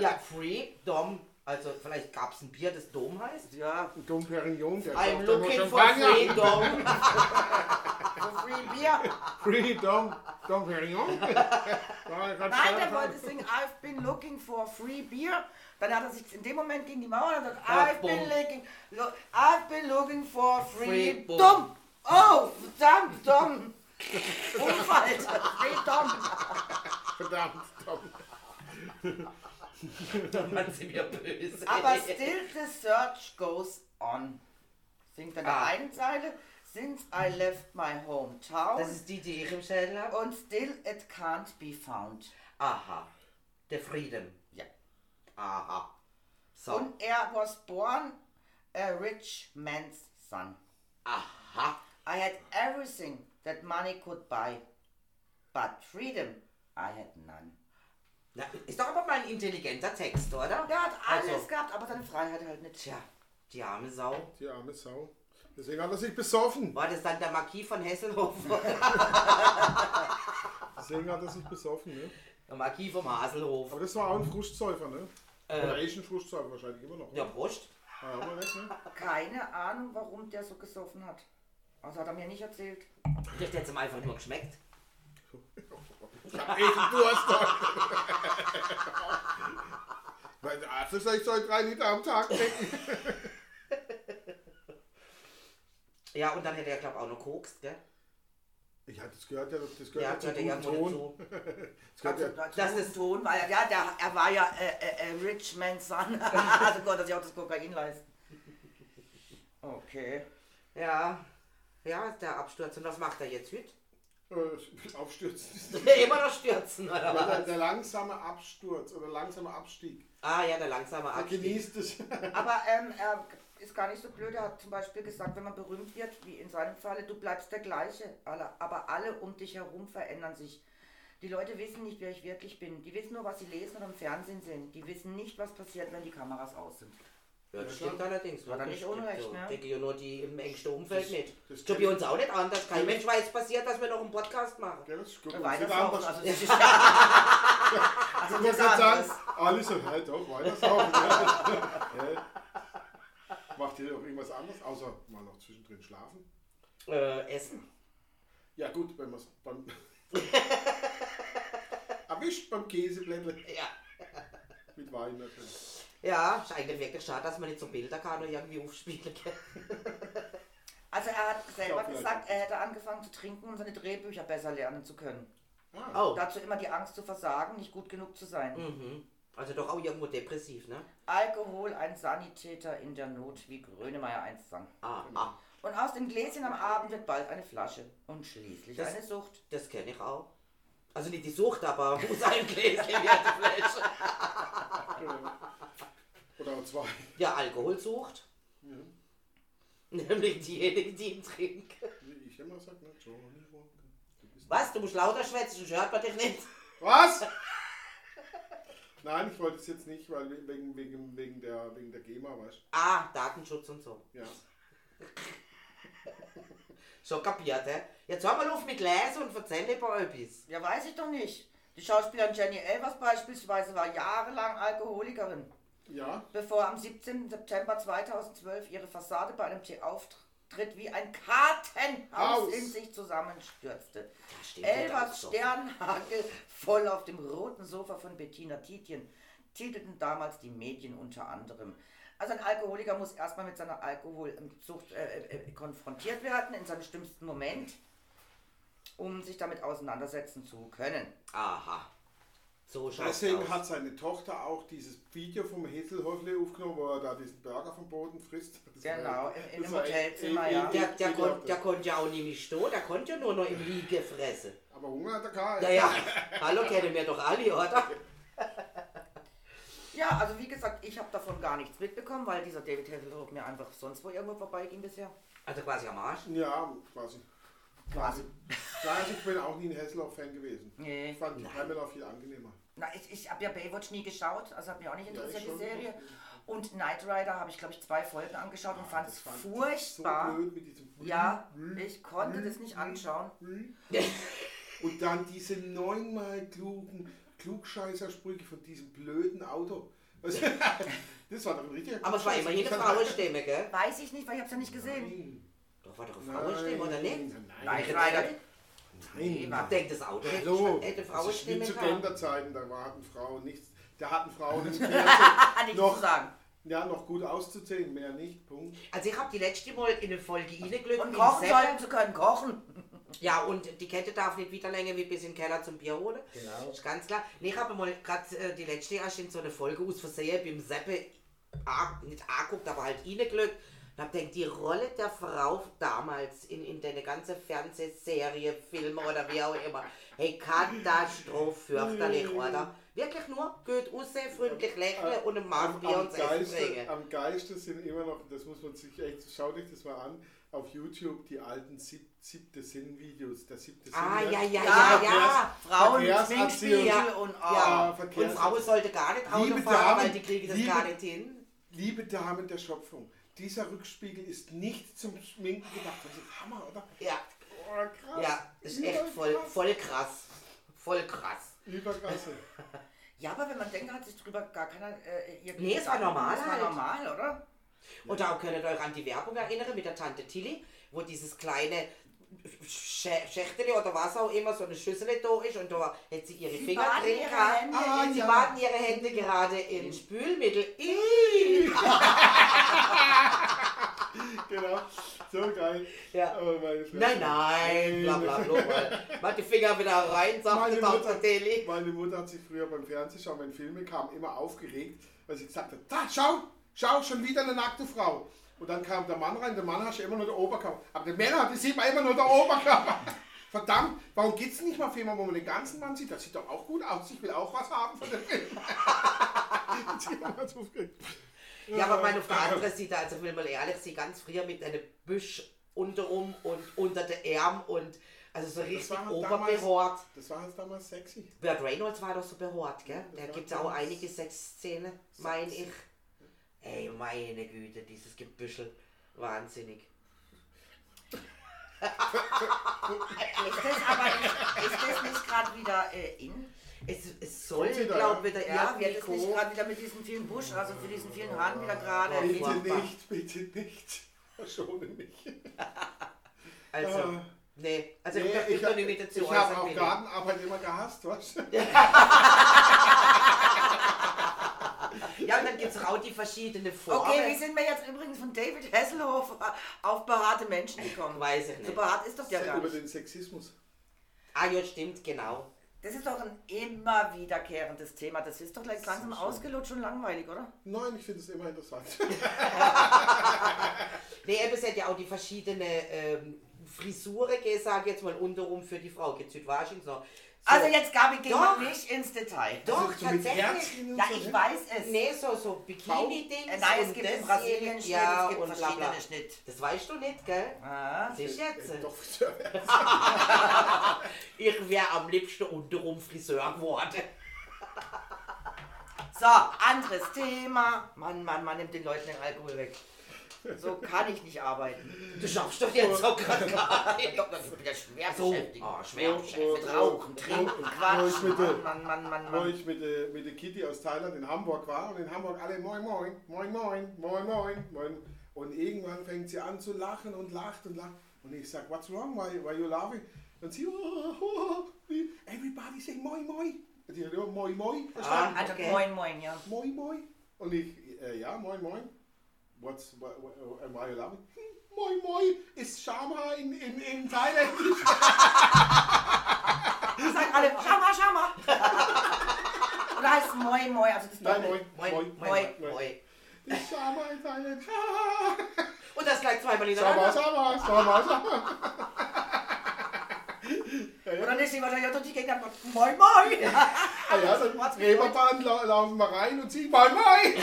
[SPEAKER 1] Ja, Free Dom. Also vielleicht gab es ein Bier, das Dom heißt.
[SPEAKER 2] ja,
[SPEAKER 3] Ein Dom Perignon, der
[SPEAKER 1] I'm
[SPEAKER 3] kauft doch nur
[SPEAKER 1] looking for
[SPEAKER 3] Champagner.
[SPEAKER 1] Free Dom.
[SPEAKER 2] for also free beer.
[SPEAKER 3] Free Dom, Dom Perignon.
[SPEAKER 2] Nein, der wollte singen, I've been looking for free beer. Dann hat er sich in dem Moment gegen die Mauer und hat gesagt,
[SPEAKER 1] Ah,
[SPEAKER 2] I've been,
[SPEAKER 1] bumm.
[SPEAKER 2] looking, lo, I've been looking for
[SPEAKER 1] Free
[SPEAKER 2] free,
[SPEAKER 1] bumm.
[SPEAKER 2] dumm. Oh, verdammt, dumm. Unfall, free dumm.
[SPEAKER 3] Verdammt, Dom.
[SPEAKER 1] Mann, sind wir böse.
[SPEAKER 2] Aber still the search goes on. Singt an der
[SPEAKER 1] Ah.
[SPEAKER 2] einen Seite, since I left my hometown.
[SPEAKER 1] Das ist die, die ich im Schädel habe.
[SPEAKER 2] und still it can't be found.
[SPEAKER 1] Aha. Der Frieden.
[SPEAKER 2] Ja.
[SPEAKER 1] Aha. So.
[SPEAKER 2] Und er was born a rich man's son.
[SPEAKER 1] Aha.
[SPEAKER 2] I had everything that money could buy, but freedom I had none.
[SPEAKER 1] Na, ist doch aber mal ein intelligenter Text, oder?
[SPEAKER 2] Der hat alles
[SPEAKER 1] Also.
[SPEAKER 2] gehabt, aber seine Freiheit halt nicht.
[SPEAKER 1] Tja, die arme Sau.
[SPEAKER 3] Die arme Sau. Deswegen hat er sich besoffen.
[SPEAKER 1] War das dann der Marquis von Hesselhoff?
[SPEAKER 3] Deswegen hat er sich besoffen, ne?
[SPEAKER 1] der Marquis vom Haselhof.
[SPEAKER 3] Aber das war auch ein Frustsäufer, ne?
[SPEAKER 1] Äh.
[SPEAKER 3] Oder ist ein Frustsäufer wahrscheinlich immer noch.
[SPEAKER 1] Ja,
[SPEAKER 3] oder?
[SPEAKER 1] Prost.
[SPEAKER 3] Ah, aber nicht, ne?
[SPEAKER 2] Keine Ahnung, warum der so gesoffen hat. Also hat er mir nicht erzählt.
[SPEAKER 1] Vielleicht hätte es ihm einfach nur geschmeckt.
[SPEAKER 3] Ey, du hast doch. Mein Arzt ist ich ah, soll drei Liter am Tag trinken.
[SPEAKER 1] Ja, und dann hätte er, glaube ich, auch noch gekokst, gell?
[SPEAKER 3] Ich hatte das gehört, ja, das
[SPEAKER 1] Ja,
[SPEAKER 3] gehört ja,
[SPEAKER 1] gehört ja
[SPEAKER 3] zum guten
[SPEAKER 1] irgendwo
[SPEAKER 3] Ton.
[SPEAKER 1] dazu.
[SPEAKER 3] Das gehört ja,
[SPEAKER 1] Das
[SPEAKER 2] Also, Das
[SPEAKER 1] ist-
[SPEAKER 2] ist Ton, weil er, ja, der, er war ja äh, äh, äh, Rich Man's Son. also konnte sich auch das Kokain leisten. Okay.
[SPEAKER 1] Ja. Ja, ist der Absturz. Und was macht er jetzt mit?
[SPEAKER 3] äh, aufstürzen.
[SPEAKER 1] Immer noch stürzen, oder
[SPEAKER 3] Ja, der,
[SPEAKER 1] was?
[SPEAKER 3] der langsame Absturz oder langsame Abstieg.
[SPEAKER 1] Ah ja, der langsame
[SPEAKER 3] Er
[SPEAKER 1] Abstieg.
[SPEAKER 3] genießt es.
[SPEAKER 2] Aber ähm, er ist gar nicht so blöd. Er hat zum Beispiel gesagt, wenn man berühmt wird, wie in seinem Falle, du bleibst der gleiche. Alle, aber alle um dich herum verändern sich. Die Leute wissen nicht, wer ich wirklich bin. Die wissen nur, was sie lesen oder im Fernsehen sehen. Die wissen nicht, was passiert, wenn die Kameras aus sind.
[SPEAKER 1] Ja, das stimmt allerdings.
[SPEAKER 2] Hat er nicht unrecht, ne?
[SPEAKER 1] Kriegen ja nur die im engsten Umfeld
[SPEAKER 3] Das-
[SPEAKER 1] mit.
[SPEAKER 3] das
[SPEAKER 1] Das ist ja bei
[SPEAKER 3] kenn-
[SPEAKER 1] uns auch nicht anders. Kein Mensch weiß passiert, dass wir noch einen Podcast machen.
[SPEAKER 3] Gell, das ist gut.
[SPEAKER 2] Weihnachtslaufen, also das ist Also
[SPEAKER 3] Du musst jetzt sagen, alles so, halt doch, Weihnachtslaufen. ne? Ja. Macht ihr doch irgendwas anderes, außer mal noch zwischendrin schlafen?
[SPEAKER 1] Äh, Essen.
[SPEAKER 3] Ja gut, wenn man es beim... Erwischt beim Käseblättel
[SPEAKER 1] Ja.
[SPEAKER 3] mit Wein natürlich.
[SPEAKER 1] Ja, ist eigentlich wirklich schade, dass man nicht so Bilder kann oder irgendwie aufspielen kann.
[SPEAKER 2] also er hat selber
[SPEAKER 3] vielleicht
[SPEAKER 2] gesagt,
[SPEAKER 3] auch.
[SPEAKER 2] er hätte angefangen zu trinken, um seine Drehbücher besser lernen zu können.
[SPEAKER 3] Ah,
[SPEAKER 1] Oh.
[SPEAKER 2] Dazu immer die Angst zu versagen, nicht gut genug zu sein.
[SPEAKER 1] Mhm. Also doch auch irgendwo depressiv, ne?
[SPEAKER 2] Alkohol ein Sanitäter in der Not, wie Grönemeyer einst sang.
[SPEAKER 1] Ah, ah
[SPEAKER 2] Und aus den Gläschen am Abend wird bald eine Flasche und schließlich
[SPEAKER 1] Das-
[SPEAKER 2] eine Sucht.
[SPEAKER 1] das kenne ich auch. Also nicht die Sucht, aber muss ein Gläschen wie eine Flasche.
[SPEAKER 3] Oder zwei.
[SPEAKER 1] Ja, Alkoholsucht. Mhm. Nämlich diejenigen, die ihn trinken.
[SPEAKER 3] Wie ich immer sag, ne? Johnny Walker. Du bist-
[SPEAKER 1] Was? Du musst lauter schwätzen, sonst hört man dich nicht.
[SPEAKER 3] Was? Nein, ich wollte es jetzt nicht, weil wegen, wegen, wegen, der, wegen der GEMA, weißt
[SPEAKER 1] Ah, Datenschutz und so.
[SPEAKER 3] du? Ja.
[SPEAKER 1] Schon kapiert, hä? Jetzt hör mal auf mit Lesen und erzähl mir mal etwas.
[SPEAKER 2] Ja, weiß ich doch nicht. Die Schauspielerin Jenny Elvers beispielsweise war jahrelang Alkoholikerin,
[SPEAKER 3] Ja,
[SPEAKER 2] bevor am 17. September 2012 ihre Fassade bei einem Auftritt wie ein Kartenhaus
[SPEAKER 3] Haus.
[SPEAKER 2] in sich zusammenstürzte.
[SPEAKER 1] Da steht wieder
[SPEAKER 2] Elvers
[SPEAKER 1] so.
[SPEAKER 2] Sternhagel voll auf dem roten Sofa von Bettina Tietjen titelten damals die Medien unter anderem. Also ein Alkoholiker muss erstmal mit seiner Alkoholsucht äh, äh, konfrontiert werden in seinem schlimmsten Moment, um sich damit auseinandersetzen zu können.
[SPEAKER 1] Aha. So schaut's
[SPEAKER 3] Deswegen
[SPEAKER 1] aus.
[SPEAKER 3] hat seine Tochter auch dieses Video vom Häselhäufle aufgenommen, wo er da diesen Burger vom Boden frisst. Das war-
[SPEAKER 2] Genau, in- in
[SPEAKER 3] das
[SPEAKER 2] dem
[SPEAKER 3] war
[SPEAKER 2] Hotelzimmer,
[SPEAKER 3] echt-
[SPEAKER 2] ja.
[SPEAKER 3] echt-
[SPEAKER 1] der, der,
[SPEAKER 3] echt
[SPEAKER 1] kon, der
[SPEAKER 3] ekelhaft.
[SPEAKER 1] konnte ja auch nicht mehr stehen, der konnte ja nur noch im Liege fressen.
[SPEAKER 3] Aber Hunger hat er gar nicht.
[SPEAKER 1] Naja, hallo, kennen wir doch alle, oder?
[SPEAKER 2] Ja, also wie gesagt, ich habe davon gar nichts mitbekommen, weil dieser David Hasselhoff mir einfach sonst wo irgendwo vorbeiging bisher.
[SPEAKER 1] Also quasi am Arsch.
[SPEAKER 3] Ja, quasi. Quasi. Quasi, ich bin auch nie ein Hasselhoff-Fan gewesen.
[SPEAKER 2] Nee.
[SPEAKER 3] Ich fand die Pamela viel angenehmer.
[SPEAKER 2] Na, ich, ich habe ja Baywatch nie geschaut, also hat mich auch nicht interessiert,
[SPEAKER 3] ich schon.
[SPEAKER 2] die Serie. Und Knight Rider habe ich, glaube ich, zwei Folgen angeschaut und fand es
[SPEAKER 3] Ah, fand ich
[SPEAKER 2] furchtbar.
[SPEAKER 3] So blöd mit diesem
[SPEAKER 2] ja, ich konnte das nicht anschauen.
[SPEAKER 3] Und dann diese neunmal klugen Klugscheißersprüche von diesem blöden Auto. Also, das war doch ein richtiger
[SPEAKER 1] Aber es war
[SPEAKER 3] Klugscheißer.
[SPEAKER 1] immerhin eine Frauenstimme, gell?
[SPEAKER 2] Weiß ich nicht, weil ich habe es ja nicht gesehen.
[SPEAKER 1] Doch, war doch eine Frauenstimme, oder nicht?
[SPEAKER 3] Nein, nein,
[SPEAKER 2] Knight
[SPEAKER 1] Knight
[SPEAKER 2] Rider.
[SPEAKER 1] Rider.
[SPEAKER 3] nein.
[SPEAKER 1] Man denkt, das Auto hätte
[SPEAKER 3] Hallo,
[SPEAKER 1] hätte
[SPEAKER 3] das ist schlimm
[SPEAKER 1] Frauenstimme
[SPEAKER 3] zu
[SPEAKER 1] gehabt.
[SPEAKER 3] Genderzeiten, da hatten Frauen nichts, da hatten Frauen im Fernsehen
[SPEAKER 2] Ah, nichts
[SPEAKER 3] noch,
[SPEAKER 2] zu sagen.
[SPEAKER 3] ja, noch gut auszusehen, mehr nicht, Punkt.
[SPEAKER 1] Also ich habe die letzte Mal in eine Folge reingelöst.
[SPEAKER 2] Und
[SPEAKER 1] mit
[SPEAKER 2] kochen
[SPEAKER 1] Sepp.
[SPEAKER 2] sollten zu können, kochen.
[SPEAKER 1] Ja, und die Kette darf nicht wieder länger wie bis in den Keller zum Bier holen.
[SPEAKER 3] Genau.
[SPEAKER 1] Ist ganz klar. Nee, ich habe mal gerade äh, die letzte erst in so eine Folge aus Versehen beim Seppe a- nicht angeguckt, aber halt reingelückt. Und hab gedacht, die Rolle der Frau damals in, in deine ganze Fernsehserie, Filme oder wie auch immer. Hey, Katastrophe, fürchterlich,
[SPEAKER 3] Hm.
[SPEAKER 1] oder? Wirklich nur gut aussehen, freundlich lächeln
[SPEAKER 3] Äh,
[SPEAKER 1] und einen Mann Bier und Essen
[SPEAKER 3] Geiste,
[SPEAKER 1] bringen.
[SPEAKER 3] am Geiste sind immer noch, das muss man sich echt, schau dich das mal an, auf YouTube die alten Sieb, siebte Sinn-Videos, der siebte Sinn.
[SPEAKER 1] Ah, ja, ja,
[SPEAKER 2] Ja,
[SPEAKER 1] ja, ja.
[SPEAKER 2] Frauen,
[SPEAKER 3] Verkehrs-
[SPEAKER 2] Schminkspiel
[SPEAKER 3] Erziehung.
[SPEAKER 2] und oh.
[SPEAKER 3] ah.
[SPEAKER 1] Ja, und
[SPEAKER 3] Verkehrs-
[SPEAKER 1] Frauen sollte gar nicht Auto
[SPEAKER 3] Liebe
[SPEAKER 1] fahren, weil
[SPEAKER 3] Damen,
[SPEAKER 1] die kriegen das
[SPEAKER 3] liebe-
[SPEAKER 1] gar nicht hin.
[SPEAKER 3] Liebe Damen der Schöpfung, dieser Rückspiegel ist nicht zum Schminken gedacht. Das ist Hammer, oder?
[SPEAKER 1] Ja,
[SPEAKER 3] Oh, krass.
[SPEAKER 1] ja, ist echt voll, voll krass. Voll krass.
[SPEAKER 3] Überkrasse.
[SPEAKER 2] Ja, aber wenn man denkt, hat sich drüber gar keiner äh, irgendwie.
[SPEAKER 1] Nee, es war
[SPEAKER 2] Gedanken
[SPEAKER 1] normal
[SPEAKER 2] gemacht. Es
[SPEAKER 1] halt.
[SPEAKER 2] war normal, oder?
[SPEAKER 1] Und da könnt ihr euch an die Werbung erinnern mit der Tante Tilly, wo dieses kleine Schä- Schächtele oder was auch immer, so eine Schüssel da ist und da hat sie ihre Finger
[SPEAKER 2] baden
[SPEAKER 1] drin
[SPEAKER 2] ihre
[SPEAKER 1] gehabt.
[SPEAKER 2] Hände
[SPEAKER 1] Ah,
[SPEAKER 3] in-
[SPEAKER 1] sie
[SPEAKER 3] ja. Hm.
[SPEAKER 1] baden ihre Hände gerade in Spülmittel. Ih!
[SPEAKER 3] genau. So geil.
[SPEAKER 1] Ja.
[SPEAKER 3] Aber meine Schwester-
[SPEAKER 1] Nein, nein, bla bla bla. bla. Mach die Finger wieder rein, sagt die
[SPEAKER 3] Hm. Meine
[SPEAKER 1] Tante
[SPEAKER 3] Mutter,
[SPEAKER 1] Tilly.
[SPEAKER 3] meine Mutter hat sich früher beim Fernsehschauen, wenn Filme kamen, immer aufgeregt, weil sie gesagt hat, da, schau, schau, schon wieder eine nackte Frau. Und dann kam der Mann rein, der Mann hat ja immer nur den Oberkörper. Aber die Männer, die sieht man immer nur den Oberkörper. Verdammt, warum gibt es nicht mal Filme, wo man den ganzen Mann sieht? Das sieht doch auch gut aus, ich will auch was haben von dem Film. Die Mama hat's aufgeregt.
[SPEAKER 1] Ja, aber meine auf der anderen Seite, also ich will mal ehrlich sein, ganz früher mit einem Büsch unterum und unter der Arm und also so
[SPEAKER 3] das
[SPEAKER 1] richtig
[SPEAKER 3] war halt
[SPEAKER 1] oberbehaart.
[SPEAKER 3] damals, das war halt damals sexy.
[SPEAKER 1] Burt Reynolds war doch so behaart, gell?
[SPEAKER 3] das
[SPEAKER 1] Da
[SPEAKER 3] war
[SPEAKER 1] gibt es auch
[SPEAKER 3] ganz-
[SPEAKER 1] einige Sexszenen, mein ich. Ey, meine Güte, dieses Gebüschel. Wahnsinnig.
[SPEAKER 2] Ist das aber nicht, ist das nicht gerade wieder äh, in?
[SPEAKER 1] Es, es soll,
[SPEAKER 3] Kommt wieder,
[SPEAKER 1] glaube ich, wieder
[SPEAKER 2] Ja, wird es nicht
[SPEAKER 1] irgendwie
[SPEAKER 2] gerade wieder mit diesem vielen Busch, also für diesen vielen Haaren wieder gerade.
[SPEAKER 1] Oh,
[SPEAKER 3] Bitte
[SPEAKER 1] furchtbar.
[SPEAKER 3] nicht, bitte nicht. Verschone mich.
[SPEAKER 1] Also,
[SPEAKER 3] Ah.
[SPEAKER 1] nee, also
[SPEAKER 3] Nee,
[SPEAKER 1] ich
[SPEAKER 3] hab-
[SPEAKER 1] bin nicht dazu
[SPEAKER 3] ich habe auch Gartenarbeit immer gehasst, weißt du?
[SPEAKER 1] Ja, und dann gibt es auch die verschiedenen Formen.
[SPEAKER 2] Okay, wie sind wir jetzt übrigens von David Hasselhoff auf behaarte Menschen gekommen?
[SPEAKER 1] Weiß ich
[SPEAKER 2] So
[SPEAKER 1] nicht.
[SPEAKER 2] behaart ist doch der gar
[SPEAKER 3] Über
[SPEAKER 2] nicht.
[SPEAKER 3] den Sexismus.
[SPEAKER 1] Ah ja, stimmt, genau.
[SPEAKER 2] Das ist doch ein immer wiederkehrendes Thema. Das ist doch gleich langsam ausgelutscht und langweilig, oder?
[SPEAKER 3] Nein, ich finde es immer interessant.
[SPEAKER 1] Nee, eben, es hat ja auch die verschiedenen ähm, Frisuren, gegeben, sag ich jetzt mal, unterum für die Frau. Gibt es Südwaschings noch? So.
[SPEAKER 2] Also jetzt, also Gabi, gehen
[SPEAKER 1] Doch.
[SPEAKER 2] wir nicht ins Detail.
[SPEAKER 1] Doch,
[SPEAKER 3] so mit
[SPEAKER 1] tatsächlich.
[SPEAKER 3] Herzchen und
[SPEAKER 2] Ja,
[SPEAKER 3] so,
[SPEAKER 2] ich
[SPEAKER 3] ne?
[SPEAKER 2] weiß es.
[SPEAKER 1] Nee, so, so Bikini-Dings.
[SPEAKER 2] Äh, nein, es
[SPEAKER 1] und
[SPEAKER 2] gibt in
[SPEAKER 1] das
[SPEAKER 2] Brasilien
[SPEAKER 1] hier,
[SPEAKER 2] Schnitt, es gibt
[SPEAKER 1] und bla,
[SPEAKER 2] verschiedene
[SPEAKER 1] bla.
[SPEAKER 2] Schnitt.
[SPEAKER 1] Das weißt du nicht, gell?
[SPEAKER 2] Ah.
[SPEAKER 1] Siehst du jetzt?
[SPEAKER 3] Äh, Doch, Friseur.
[SPEAKER 1] Ich wäre am liebsten unterum Friseur geworden.
[SPEAKER 2] So, anderes Thema. Mann, Mann, man nimmt den Leuten den Alkohol weg. So kann ich nicht arbeiten.
[SPEAKER 1] Du schaffst doch jetzt auch gerade gar nicht.
[SPEAKER 2] Doch, das ist wieder schwer
[SPEAKER 1] So,
[SPEAKER 2] beschäftigt.
[SPEAKER 1] oh, schwer beschäftigt.
[SPEAKER 2] Mit Rauchen, Ah, Trinken, Quatsch.
[SPEAKER 3] mit der-
[SPEAKER 2] Mann, Mann, Mann, Mann,
[SPEAKER 3] Wo
[SPEAKER 2] Mann.
[SPEAKER 3] ich mit, der- mit der Kitty aus Thailand in Hamburg war und in Hamburg alle moin moin, moin moin, moin moin, moin. Und irgendwann fängt sie an zu lachen und lacht und lacht. Und ich sag, what's wrong, why, why you laughing? Und sie, oh, oh, oh, everybody say moin moin. Und die hat immer moin moin verstanden.
[SPEAKER 2] Also
[SPEAKER 1] Okay.
[SPEAKER 2] moin, moin, ja.
[SPEAKER 3] Moin Moin. Und ich, äh, ja, Moin Moin. What's, what, what, am I allowed? Hm, Moin Moin ist Sharma in, in, in Thailand.
[SPEAKER 2] Die sagen alle, schau mal, schau mal. Moi Moi, also das
[SPEAKER 3] Nein,
[SPEAKER 2] Doppel-
[SPEAKER 3] moin,
[SPEAKER 1] Moin, moin,
[SPEAKER 3] moin,
[SPEAKER 1] moin.
[SPEAKER 3] moin.
[SPEAKER 1] moin.
[SPEAKER 3] Ich schau mal in deinen.
[SPEAKER 1] Und das gleich zweimal
[SPEAKER 3] Schau mal,
[SPEAKER 1] hintereinander.
[SPEAKER 3] schau mal, schau mal, schau mal.
[SPEAKER 2] Und dann ist sie wahrscheinlich auch durch die Gegend und sagt, Moi Moi.
[SPEAKER 3] Ah ja, dann Reeperbahn lau laufen wir rein und ziehen mal rein.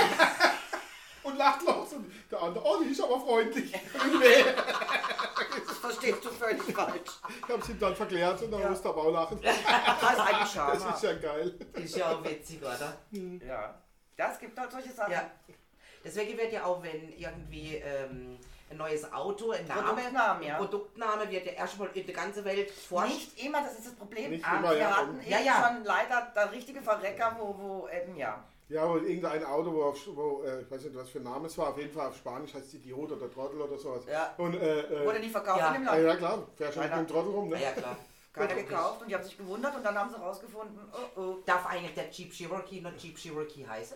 [SPEAKER 3] und lacht los. Und der andere, oh, die ist aber freundlich. ich
[SPEAKER 2] Das verstehst du völlig falsch.
[SPEAKER 3] hab's ihm dann verklärt und dann
[SPEAKER 2] Ja.
[SPEAKER 3] muss der Bau lachen.
[SPEAKER 2] Das ist ein
[SPEAKER 3] Das
[SPEAKER 2] Charme.
[SPEAKER 3] ist ja geil.
[SPEAKER 1] Ist ja auch witzig, oder?
[SPEAKER 2] Ja. Das gibt halt solche Sachen.
[SPEAKER 1] Ja. Deswegen wird ja auch, wenn irgendwie ähm, ein neues Auto, ein Name,
[SPEAKER 2] Produktnamen, ja.
[SPEAKER 1] Produktname wird ja erstmal in der ganzen Welt geforscht.
[SPEAKER 2] Nicht immer, das ist das Problem.
[SPEAKER 3] Nicht
[SPEAKER 2] Ah,
[SPEAKER 3] immer,
[SPEAKER 2] wir
[SPEAKER 3] ja.
[SPEAKER 2] hatten
[SPEAKER 1] Ja,
[SPEAKER 2] eben
[SPEAKER 1] ja.
[SPEAKER 2] schon leider da richtige Verrecker, wo, wo eben, ja.
[SPEAKER 3] Ja, und irgendein Auto, wo, auf, wo äh, ich weiß nicht, was für ein Name es war, auf jeden Fall auf Spanisch heißt Idiot oder Trottel oder sowas.
[SPEAKER 2] Ja.
[SPEAKER 3] Und, äh,
[SPEAKER 2] Wurde
[SPEAKER 3] äh,
[SPEAKER 2] nicht verkauft
[SPEAKER 1] Ja.
[SPEAKER 2] in dem
[SPEAKER 3] ah,
[SPEAKER 2] Land.
[SPEAKER 3] ja, klar, fähr schon mit
[SPEAKER 2] Leider.
[SPEAKER 3] dem Trottel rum,
[SPEAKER 1] Na
[SPEAKER 3] ne?
[SPEAKER 1] ja, klar.
[SPEAKER 2] Keiner
[SPEAKER 1] Logisch.
[SPEAKER 2] gekauft und die haben sich gewundert und dann haben sie rausgefunden, oh oh.
[SPEAKER 1] Darf eigentlich der Jeep Cherokee noch Jeep Cherokee heißen?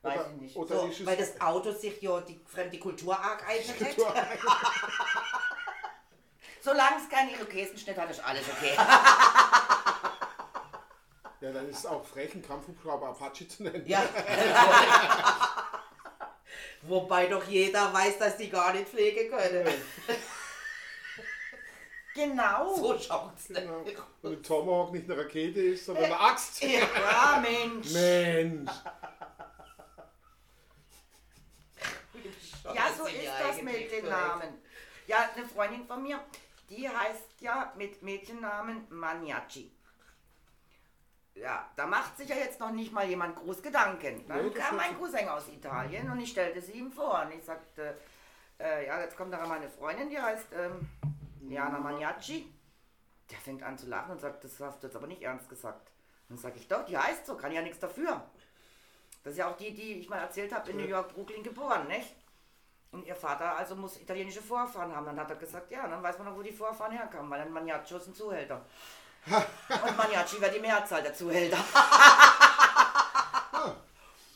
[SPEAKER 2] Weiß
[SPEAKER 3] Oder-
[SPEAKER 2] ich nicht.
[SPEAKER 3] Oder
[SPEAKER 1] So,
[SPEAKER 3] ist es
[SPEAKER 1] weil das Auto sich ja die fremde Kultur arg eignet hätte.
[SPEAKER 2] Solange es keinen Irokesenschnitt hat, ist alles okay.
[SPEAKER 3] Ja, dann ist es auch frech, einen Kampfhubschrauber Apache zu nennen.
[SPEAKER 1] Ja. Wobei doch jeder weiß, dass die gar nicht pflegen können.
[SPEAKER 2] genau.
[SPEAKER 1] So schaut's nicht.
[SPEAKER 3] Genau. Und ein Tomahawk nicht eine Rakete ist, sondern eine Axt.
[SPEAKER 2] Ja, Mensch.
[SPEAKER 3] Mensch.
[SPEAKER 2] Ja, so ist das mit den Namen. Ja, eine Freundin von mir, die heißt ja mit Mädchennamen Maniaci. Ja, da macht sich ja jetzt noch nicht mal jemand groß Gedanken. Dann
[SPEAKER 3] Nee, das
[SPEAKER 2] kam
[SPEAKER 3] ist
[SPEAKER 2] mein Cousin aus Italien und ich stellte sie ihm vor. Und ich sagte, äh, ja, jetzt kommt da meine Freundin, die heißt ähm, Jana Maniaci. Der fängt an zu lachen und sagt, das hast du jetzt aber nicht ernst gesagt. Dann sage ich, doch, die heißt so, kann ja nichts dafür. Das ist ja auch die, die ich mal erzählt habe, in New York, Brooklyn geboren, nicht? Und ihr Vater also muss italienische Vorfahren haben. Dann hat er gesagt, ja, dann weiß man noch, wo die Vorfahren herkamen, weil ein Magnaccio ist ein Zuhälter. Und Magnacci war die Mehrzahl der Zuhälter.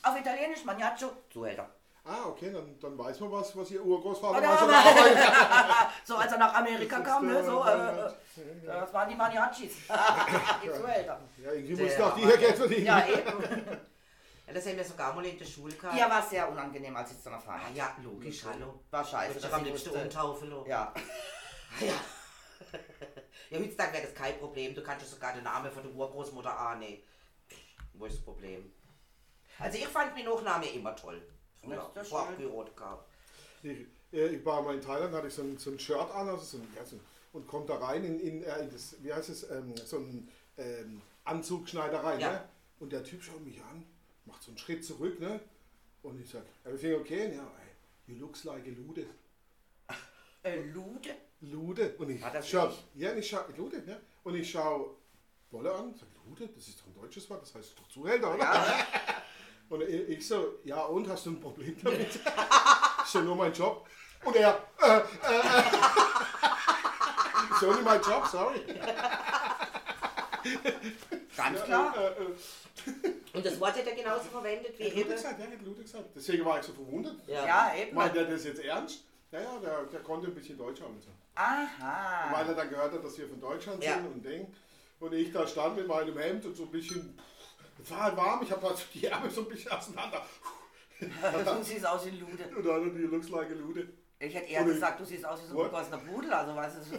[SPEAKER 2] Auf Italienisch Magnaccio, Zuhälter.
[SPEAKER 3] Ah, okay, dann, dann weiß man was, was ihr Urgroßvater
[SPEAKER 2] Oder-
[SPEAKER 3] mal schon arbeitet.
[SPEAKER 2] So als er nach Amerika
[SPEAKER 3] Das ist
[SPEAKER 2] kam, ne,
[SPEAKER 3] der-
[SPEAKER 2] so, äh, äh, das waren die Magnaccis, die Zuhälter.
[SPEAKER 3] Ja, irgendwie
[SPEAKER 1] Der
[SPEAKER 3] mussten auch die hier Geld verdienen.
[SPEAKER 2] Ja, eben.
[SPEAKER 1] Ja, das haben wir sogar mal in der Schule gehabt.
[SPEAKER 2] Ihr war sehr unangenehm, als ich es dann erfahren
[SPEAKER 1] Ah
[SPEAKER 2] habe.
[SPEAKER 1] ja, logisch, hallo.
[SPEAKER 2] War scheiße,
[SPEAKER 1] Würde ich
[SPEAKER 2] dass
[SPEAKER 1] am
[SPEAKER 2] sie
[SPEAKER 1] liebsten
[SPEAKER 2] wusste.
[SPEAKER 1] umtaufen lassen.
[SPEAKER 2] Ja.
[SPEAKER 1] Ja, heutzutage wäre das kein Problem. Du kannst ja sogar den Namen von der Urgroßmutter annehmen. Wo ist das Problem? Also ich fand meinen Nachnamen immer toll.
[SPEAKER 2] Das
[SPEAKER 1] Früher,
[SPEAKER 2] ist ja
[SPEAKER 1] bevor
[SPEAKER 2] schön.
[SPEAKER 1] ich geheiratet habe.
[SPEAKER 3] Ich, äh, ich war mal in Thailand, hatte ich so ein, so ein Shirt an, also so ein, ja, so ein, und kommt da rein in, in, äh, in das, wie heißt es, ähm, so ein ähm, Anzugschneiderei,
[SPEAKER 1] Ja.
[SPEAKER 3] ne? Und der Typ schaut mich an, macht so einen Schritt zurück, ne? Und ich sag, everything okay? Und ja, ey, you looks like a Lude.
[SPEAKER 2] Äh, Lude?
[SPEAKER 3] Lude. Und ich
[SPEAKER 2] Hat er
[SPEAKER 3] schau,
[SPEAKER 2] wirklich?
[SPEAKER 3] ja, und ich schau, Lude, ne? Und ich schau Wolle an, sag, Lude, das ist doch ein deutsches Wort, das heißt doch Zuhälter, oder? Und ich ich so, ja und, hast du ein Problem damit? ist ja nur mein Job. Und er, äh, äh, äh. ist ja nicht mein Job, sorry.
[SPEAKER 2] Ganz klar.
[SPEAKER 3] Äh, äh, äh.
[SPEAKER 1] Und das Wort hätte er genauso verwendet wie
[SPEAKER 3] Hat Lude
[SPEAKER 1] eben.
[SPEAKER 3] gesagt, ja, hat Lude gesagt. Deswegen war ich so verwundert.
[SPEAKER 1] Ja.
[SPEAKER 2] Ja, eben.
[SPEAKER 3] Meint der das jetzt ernst? Ja, ja, der, der konnte ein bisschen Deutsch haben. und So.
[SPEAKER 2] Aha.
[SPEAKER 3] weil er dann gehört hat, dass wir von Deutschland
[SPEAKER 1] Ja.
[SPEAKER 3] sind und Ding. Und ich da stand mit meinem Hemd und so ein bisschen, es war halt warm, ich habe halt so die Ärmel so ein bisschen auseinander.
[SPEAKER 2] Du siehst aus wie ein Lude.
[SPEAKER 3] Und dann die looks like a Lude.
[SPEAKER 2] Ich hätte eher
[SPEAKER 3] Oder-
[SPEAKER 2] gesagt, du siehst aus wie so ein
[SPEAKER 3] What?
[SPEAKER 2] begossener Pudel, also weißt du, so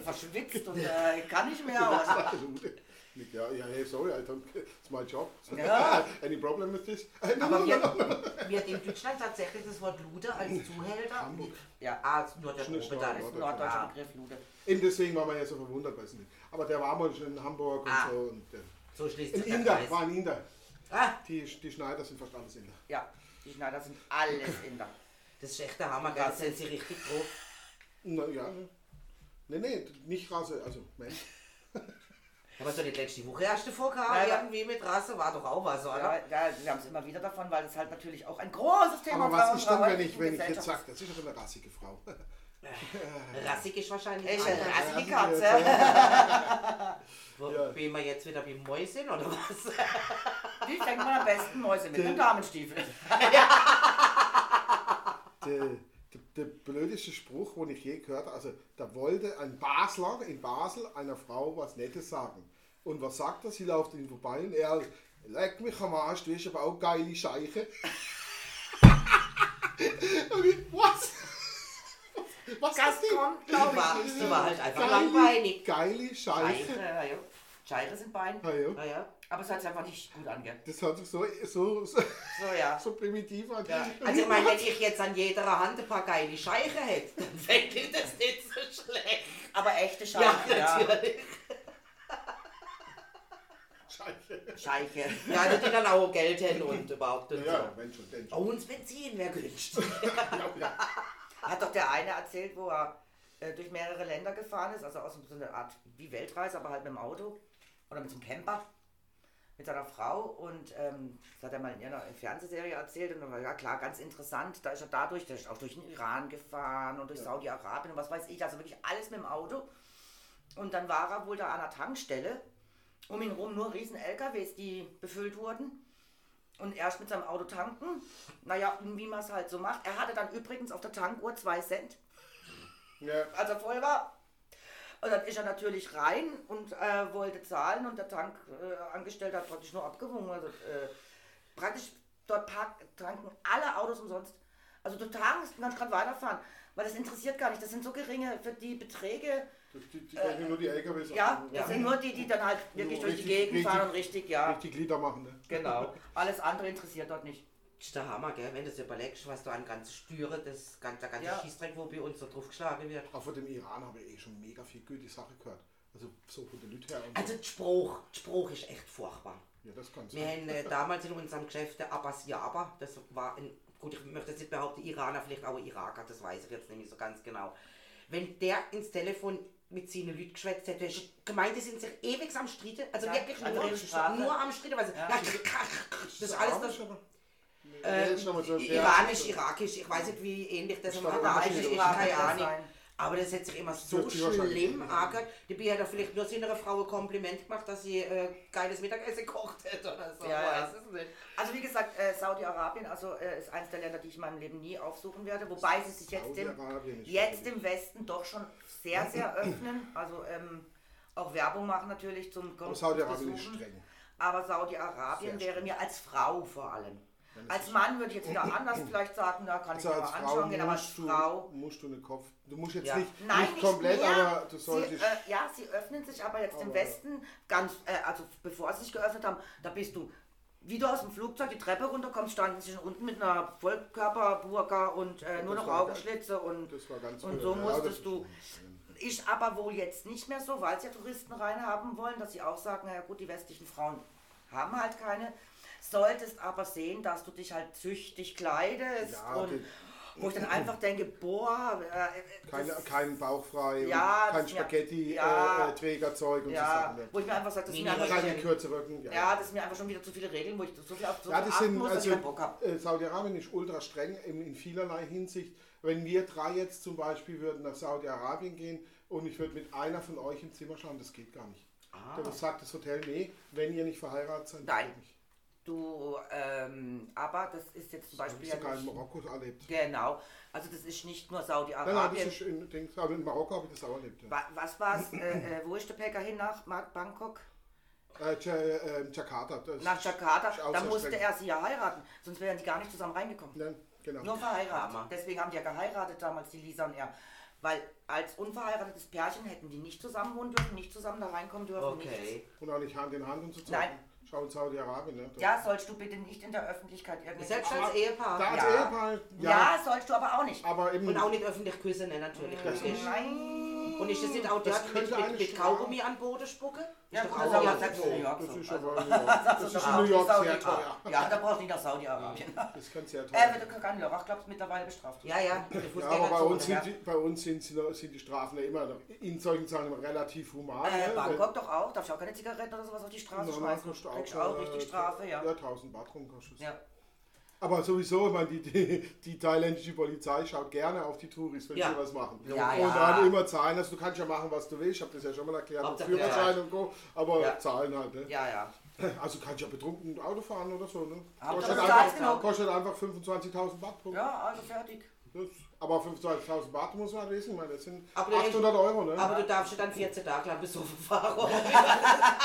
[SPEAKER 2] verschwitzt und äh, ich kann nicht mehr. Aber,
[SPEAKER 3] Lude. Nick, Ja, ja, hey, sorry, I don't, it's my job.
[SPEAKER 2] Ja.
[SPEAKER 3] Any problem with this? Äh, no,
[SPEAKER 1] Aber
[SPEAKER 3] no,
[SPEAKER 1] wir,
[SPEAKER 3] no, no.
[SPEAKER 1] wir hatten in Deutschland tatsächlich das Wort Lude als Zuhälter.
[SPEAKER 2] ja,
[SPEAKER 1] Ah, ist nur der
[SPEAKER 3] Schnitzel,
[SPEAKER 1] Probe da
[SPEAKER 3] oder?
[SPEAKER 1] ist.
[SPEAKER 2] ein norddeutscher Begriff, Lude.
[SPEAKER 3] Eben deswegen war man ja so verwundert, weiß nicht. Aber der war mal schon in Hamburg und
[SPEAKER 1] Ah.
[SPEAKER 3] so. Und, äh,
[SPEAKER 1] So schließt
[SPEAKER 3] in
[SPEAKER 1] sich der
[SPEAKER 3] Inder,
[SPEAKER 1] Kreis.
[SPEAKER 3] war ein Inder.
[SPEAKER 1] Ah,
[SPEAKER 3] Die, die Schneider sind fast alles Inder.
[SPEAKER 2] Ja, die Schneider sind alles Inder.
[SPEAKER 1] das ist echt der Hammer, gell? Das sind sie richtig drauf.
[SPEAKER 3] Na ja. Nee, nee, nicht Rasse, also Mensch.
[SPEAKER 1] Aber so die letzte Woche erste vorkam,
[SPEAKER 2] Nein,
[SPEAKER 1] irgendwie mit Rasse war doch auch was, oder?
[SPEAKER 2] Ja, ja, wir haben es immer wieder davon, weil es halt natürlich auch ein großes Thema
[SPEAKER 3] Aber
[SPEAKER 2] bei
[SPEAKER 3] was ist
[SPEAKER 2] unserer
[SPEAKER 3] denn, wenn ich,
[SPEAKER 2] heutigen
[SPEAKER 3] wenn ich jetzt
[SPEAKER 2] Gesellschaft
[SPEAKER 3] sage, das ist doch eine rassige Frau.
[SPEAKER 1] Rassig ist wahrscheinlich.
[SPEAKER 2] ist. Echt
[SPEAKER 1] einer.
[SPEAKER 2] eine rassige
[SPEAKER 3] Ja, die
[SPEAKER 2] Katze.
[SPEAKER 1] Wo,
[SPEAKER 3] Ja.
[SPEAKER 1] Bin wir jetzt wieder wie Mäusen oder was?
[SPEAKER 2] Die fängt man am besten Mäuse mit einem Damenstiefel.
[SPEAKER 3] der, der, der blödeste Spruch, den ich je gehört habe, also da wollte ein Basler in Basel einer Frau was Nettes sagen. Und was sagt er? Sie läuft ihn vorbei und er leck mich am Arsch, du bist aber auch geile Scheiche. und ich, was? Was
[SPEAKER 2] Das
[SPEAKER 3] ist die?
[SPEAKER 2] kommt,
[SPEAKER 1] Die
[SPEAKER 2] glaube
[SPEAKER 1] war,
[SPEAKER 2] ich,
[SPEAKER 1] die
[SPEAKER 2] nicht.
[SPEAKER 1] war halt einfach
[SPEAKER 3] Geile,
[SPEAKER 1] langweilig.
[SPEAKER 3] geile Scheiche.
[SPEAKER 2] Scheiße, ja, ja. Scheiße sind Beine.
[SPEAKER 3] Ah, ja.
[SPEAKER 1] Naja,
[SPEAKER 2] Aber es hat sich einfach nicht gut angehört.
[SPEAKER 3] Das hört sich so, so, so,
[SPEAKER 2] So, ja.
[SPEAKER 3] so primitiv an.
[SPEAKER 1] ja.
[SPEAKER 3] Und
[SPEAKER 1] Also ich
[SPEAKER 3] ich-
[SPEAKER 1] meine, wenn ich jetzt an jeder Hand ein paar geile Scheiche hätte, dann fände ich das nicht so schlecht.
[SPEAKER 2] Aber echte
[SPEAKER 1] Ja,
[SPEAKER 2] Scheiche, ja.
[SPEAKER 1] natürlich.
[SPEAKER 3] Scheiche.
[SPEAKER 2] Scheiche.
[SPEAKER 1] Ja, also die dann auch Geld hätten und überhaupt. Und
[SPEAKER 3] Ja,
[SPEAKER 1] so.
[SPEAKER 3] wenn schon, denn
[SPEAKER 1] Bei
[SPEAKER 3] schon.
[SPEAKER 1] uns Benzin wäre günstig.
[SPEAKER 3] Ja, ja.
[SPEAKER 2] Hat doch der eine erzählt, wo er äh, durch mehrere Länder gefahren ist, also aus so einer Art wie Weltreise, aber halt mit dem Auto oder mit so einem Camper mit seiner Frau und ähm, das hat er mal in einer Fernsehserie erzählt und dann war ja klar, ganz interessant, da ist er dadurch, der ist auch durch den Iran gefahren und durch Saudi-Arabien und was weiß ich, also wirklich alles mit dem Auto und dann war er wohl da an der Tankstelle, um ihn rum nur riesen LKWs, die befüllt wurden und erst mit seinem Auto tanken. Naja, wie man es halt so macht. Er hatte dann übrigens auf der Tankuhr 2 Cent,
[SPEAKER 3] Ja.
[SPEAKER 2] als er voll war. Und dann ist er natürlich rein und äh, wollte zahlen und der Tankangestellte äh, Angestellte hat praktisch nur abgewogen. Also, äh, praktisch dort park tanken alle Autos umsonst. Also du tankst und kannst gerade weiterfahren, weil das interessiert gar nicht. Das sind so geringe für die Beträge.
[SPEAKER 3] Die, die, die werden nur die LKWs
[SPEAKER 2] Ja,
[SPEAKER 3] abholen.
[SPEAKER 2] das sind nur die, die dann halt wirklich durch die
[SPEAKER 3] Richtig,
[SPEAKER 2] Gegend
[SPEAKER 3] richtig.
[SPEAKER 2] fahren und richtig, ja,
[SPEAKER 3] Richtig Lieder machen, ne?
[SPEAKER 2] genau. Alles andere interessiert dort nicht.
[SPEAKER 1] Das ist der Hammer, gell? wenn du dir überlegst, was da an ganze Stüre, das, gan- der ganze
[SPEAKER 2] Ja.
[SPEAKER 1] Schießdreck, wo bei uns so drauf geschlagen wird.
[SPEAKER 3] Aber von dem Iran habe ich eh schon mega viel gute Sache gehört. Also so von den Leuten her. Und so.
[SPEAKER 1] Also der Spruch, der Spruch ist echt furchtbar.
[SPEAKER 3] Ja, das kann
[SPEAKER 1] Wir
[SPEAKER 3] sein.
[SPEAKER 1] haben äh, damals in unserem Geschäft der Abbas Jaba, das war ein, gut, ich möchte jetzt nicht behaupten, Iraner, vielleicht auch Iraker, das weiß ich jetzt nämlich so ganz genau. Wenn der ins Telefon mit seinen Leuten geschwätzt hätte, hätte ich gemeint, die sind sich ewig am Streiten, also
[SPEAKER 2] Ja,
[SPEAKER 1] wirklich
[SPEAKER 2] also
[SPEAKER 1] nur,
[SPEAKER 2] ihre Sprache.
[SPEAKER 1] nur am Streiten, weil sie, ja. das ist alles
[SPEAKER 3] Arabisch,
[SPEAKER 1] das
[SPEAKER 3] aber- Nee, das ist aber so-
[SPEAKER 1] Ähm, I-
[SPEAKER 3] ja.
[SPEAKER 1] Iranisch, irakisch, ich weiß nicht, wie ähnlich das im
[SPEAKER 3] glaub,
[SPEAKER 1] Arabisch
[SPEAKER 3] Arabisch
[SPEAKER 1] ist,
[SPEAKER 3] ist
[SPEAKER 1] keine
[SPEAKER 2] Arabisch
[SPEAKER 1] Ahnung.
[SPEAKER 2] sein.
[SPEAKER 1] Aber das hat sich immer so
[SPEAKER 3] dürfte wahrscheinlich
[SPEAKER 1] schlimm
[SPEAKER 3] nicht
[SPEAKER 1] angehört. Die Bi hat ja vielleicht nur seiner Frau ein Kompliment gemacht, dass sie äh, geiles Mittagessen gekocht hat oder so.
[SPEAKER 2] Ja, ja.
[SPEAKER 1] weiß es nicht.
[SPEAKER 2] Also wie gesagt, äh, Saudi-Arabien also, äh, ist eines der Länder, die ich in meinem Leben nie aufsuchen werde, wobei sie sich jetzt im,
[SPEAKER 3] Saudi-Arabien ist
[SPEAKER 2] jetzt
[SPEAKER 3] schon
[SPEAKER 2] im Westen doch schon sehr, sehr öffnen. Also ähm, auch Werbung machen natürlich zum
[SPEAKER 3] Aber
[SPEAKER 2] Kom-
[SPEAKER 3] Saudi-Arabien ist
[SPEAKER 2] Besuchen.
[SPEAKER 3] streng.
[SPEAKER 2] Aber Saudi-Arabien
[SPEAKER 3] Sehr
[SPEAKER 2] wäre
[SPEAKER 3] streng.
[SPEAKER 2] mir als Frau vor allem.
[SPEAKER 3] Dann ist
[SPEAKER 2] Als
[SPEAKER 3] es-
[SPEAKER 2] Mann würde ich jetzt wieder anders vielleicht sagen, da kann
[SPEAKER 3] Also
[SPEAKER 2] ich mir
[SPEAKER 3] als
[SPEAKER 2] mal
[SPEAKER 3] Frau
[SPEAKER 2] anschauen gehen, aber als
[SPEAKER 3] musst du,
[SPEAKER 2] Frau.
[SPEAKER 3] musst du einen Kopf. Du musst jetzt
[SPEAKER 1] Ja.
[SPEAKER 3] nicht,
[SPEAKER 2] Nein,
[SPEAKER 3] nicht komplett,
[SPEAKER 2] mehr.
[SPEAKER 3] aber du
[SPEAKER 2] sie,
[SPEAKER 3] solltest.
[SPEAKER 2] äh, Ja, sie öffnen sich aber jetzt im
[SPEAKER 3] Aber-
[SPEAKER 2] Westen ganz, äh, also bevor sie sich geöffnet haben, da bist du, wie du aus dem Flugzeug die Treppe runterkommst, standen sie schon unten mit einer Vollkörperburka und äh, nur
[SPEAKER 3] das
[SPEAKER 2] noch
[SPEAKER 3] war-
[SPEAKER 2] Augenschlitze und,
[SPEAKER 3] das war ganz früher.
[SPEAKER 2] und so
[SPEAKER 3] Ja, das
[SPEAKER 2] musstest
[SPEAKER 3] ist
[SPEAKER 2] du. Ist aber wohl jetzt nicht mehr so, weil sie ja Touristen reinhaben wollen, dass sie auch sagen, naja gut, die westlichen Frauen haben halt keine. Solltest aber sehen, dass du dich halt züchtig kleidest
[SPEAKER 3] Ja,
[SPEAKER 2] und
[SPEAKER 3] die-
[SPEAKER 2] wo ich dann einfach denke, boah, äh,
[SPEAKER 3] keine,
[SPEAKER 2] das-
[SPEAKER 3] keinen Bauch frei, und
[SPEAKER 2] Ja,
[SPEAKER 3] kein
[SPEAKER 2] das- ja.
[SPEAKER 3] Spaghetti,
[SPEAKER 2] Ja.
[SPEAKER 3] äh, äh, Trägerzeug und
[SPEAKER 2] Ja,
[SPEAKER 3] so Sachen. ne?
[SPEAKER 2] wo ich mir einfach sage, das sind mir
[SPEAKER 1] Minimal-
[SPEAKER 2] einfach,
[SPEAKER 3] Keine Kürze wirken.
[SPEAKER 2] ja, das sind mir einfach schon wieder zu viele Regeln, wo ich so viel auf so
[SPEAKER 3] Ja,
[SPEAKER 2] viel
[SPEAKER 3] das
[SPEAKER 2] achten
[SPEAKER 3] sind,
[SPEAKER 2] muss, dass
[SPEAKER 3] also,
[SPEAKER 2] ich keinen Bock habe.
[SPEAKER 3] äh, Saudi-Arabien ist ultra streng in, in vielerlei Hinsicht. Wenn wir drei jetzt zum Beispiel würden nach Saudi-Arabien gehen und ich würde mit einer von euch im Zimmer schauen, das geht gar nicht. Da sagt das Hotel, nee, wenn ihr nicht verheiratet seid,
[SPEAKER 2] Ah. Nein.
[SPEAKER 3] geht nicht.
[SPEAKER 2] Du, ähm, aber das ist jetzt zum
[SPEAKER 3] Das habe
[SPEAKER 2] Beispiel
[SPEAKER 3] ich
[SPEAKER 2] ja
[SPEAKER 3] sogar in
[SPEAKER 2] nicht,
[SPEAKER 3] Marokko erlebt.
[SPEAKER 2] genau, also das ist nicht nur
[SPEAKER 3] Nein, nein, das
[SPEAKER 2] Saudi-Arabien.
[SPEAKER 3] ist in, Dings, aber in Marokko habe ich das auch erlebt. Ja.
[SPEAKER 2] Wa- Was war's, äh, äh, wo ist der Päcker hin nach Ma- Bangkok?
[SPEAKER 3] Äh, Ja- äh, Jakarta. Das
[SPEAKER 2] Nach Jakarta,
[SPEAKER 3] ist auch
[SPEAKER 2] da
[SPEAKER 3] sehr
[SPEAKER 2] musste
[SPEAKER 3] streng.
[SPEAKER 2] er sie ja heiraten, sonst wären die gar nicht zusammen reingekommen.
[SPEAKER 3] Nein, genau.
[SPEAKER 2] Nur verheiratet.
[SPEAKER 1] Hammer.
[SPEAKER 2] Deswegen haben die ja geheiratet damals, die Lisa und er. Weil als unverheiratetes Pärchen hätten die nicht zusammen wohnen dürfen, nicht zusammen da reinkommen dürfen, nichts.
[SPEAKER 1] Okay.
[SPEAKER 3] Und auch nicht Hand in Hand und so Zeug.
[SPEAKER 2] Nein.
[SPEAKER 3] Schau in Saudi-Arabien. Ne? Da-
[SPEAKER 2] Ja, sollst du bitte nicht in der Öffentlichkeit irgendwie.
[SPEAKER 1] Selbst
[SPEAKER 2] ja.
[SPEAKER 1] als Ehepaar.
[SPEAKER 3] Da als
[SPEAKER 2] Ja.
[SPEAKER 3] Ehepaar, ja,
[SPEAKER 2] ja, sollst du aber auch nicht.
[SPEAKER 3] aber eben
[SPEAKER 1] Und auch nicht öffentlich küssen, ne, natürlich. logisch.
[SPEAKER 2] Nein.
[SPEAKER 1] Und ist das nicht auch
[SPEAKER 3] Das
[SPEAKER 1] dort mit,
[SPEAKER 3] könnte
[SPEAKER 1] mit,
[SPEAKER 3] eine
[SPEAKER 1] mit
[SPEAKER 3] Strafe-
[SPEAKER 1] Kaugummi an Boden spucken?
[SPEAKER 2] Ja,
[SPEAKER 1] Ist doch
[SPEAKER 2] gut,
[SPEAKER 1] auch
[SPEAKER 2] das haben wir
[SPEAKER 1] erlaubt.
[SPEAKER 2] selbst in New York
[SPEAKER 3] Also, Das
[SPEAKER 2] so.
[SPEAKER 3] ist
[SPEAKER 2] Also,
[SPEAKER 3] aber in New York. Das ist in New York
[SPEAKER 2] Saudi-
[SPEAKER 3] sehr teuer.
[SPEAKER 2] Ah, Ja, da brauchst du nicht nach Saudi-Arabien.
[SPEAKER 3] Das kann sehr teuer
[SPEAKER 2] Er
[SPEAKER 3] sein.
[SPEAKER 2] wird kein Loch, glaube ich, mittlerweile bestraft.
[SPEAKER 1] Ja, ja, die
[SPEAKER 3] Ja, aber bei uns,
[SPEAKER 1] Fußgängerzone.
[SPEAKER 3] sind die, bei uns sind, sie noch- sind die Strafen ja immer noch in solchen Sachen immer relativ human.
[SPEAKER 2] Äh,
[SPEAKER 3] ne?
[SPEAKER 2] Bangkok doch auch, darfst du auch keine Zigaretten oder sowas auf die
[SPEAKER 3] Wenn-
[SPEAKER 2] Straße
[SPEAKER 3] na, na,
[SPEAKER 2] schmeißen.
[SPEAKER 3] kostet
[SPEAKER 2] Kriegst auch richtig
[SPEAKER 3] äh,
[SPEAKER 2] Strafe, ja.
[SPEAKER 3] Ja, 1000 Baht rum kostet es.
[SPEAKER 2] Ja.
[SPEAKER 3] Aber sowieso, ich meine, die, die, die thailändische Polizei schaut gerne auf die Touris, wenn
[SPEAKER 1] Ja.
[SPEAKER 3] sie was machen.
[SPEAKER 2] Ja,
[SPEAKER 3] und
[SPEAKER 2] ja.
[SPEAKER 3] dann immer zahlen. Also du kannst ja machen, was du willst. Ich habe das ja schon mal erklärt. mit
[SPEAKER 1] Hauptsache,
[SPEAKER 3] Führerschein
[SPEAKER 1] ja.
[SPEAKER 3] und Co. Aber
[SPEAKER 2] Ja.
[SPEAKER 3] zahlen halt. Ne?
[SPEAKER 2] Ja, ja.
[SPEAKER 3] Also kannst ja betrunken Auto fahren oder so. Ne?
[SPEAKER 2] Hauptsache,
[SPEAKER 3] Kostet,
[SPEAKER 2] du zahlst
[SPEAKER 3] einfach,
[SPEAKER 2] genug.
[SPEAKER 3] kostet einfach 25.000 Baht. pro-
[SPEAKER 2] Ja, also fertig.
[SPEAKER 3] Das, Aber 5.000 Baht muss man wissen, weil das sind
[SPEAKER 1] Aber der
[SPEAKER 3] 800 Euro, ne?
[SPEAKER 1] Aber du darfst ja dann 14 Tage lang besoffen fahren.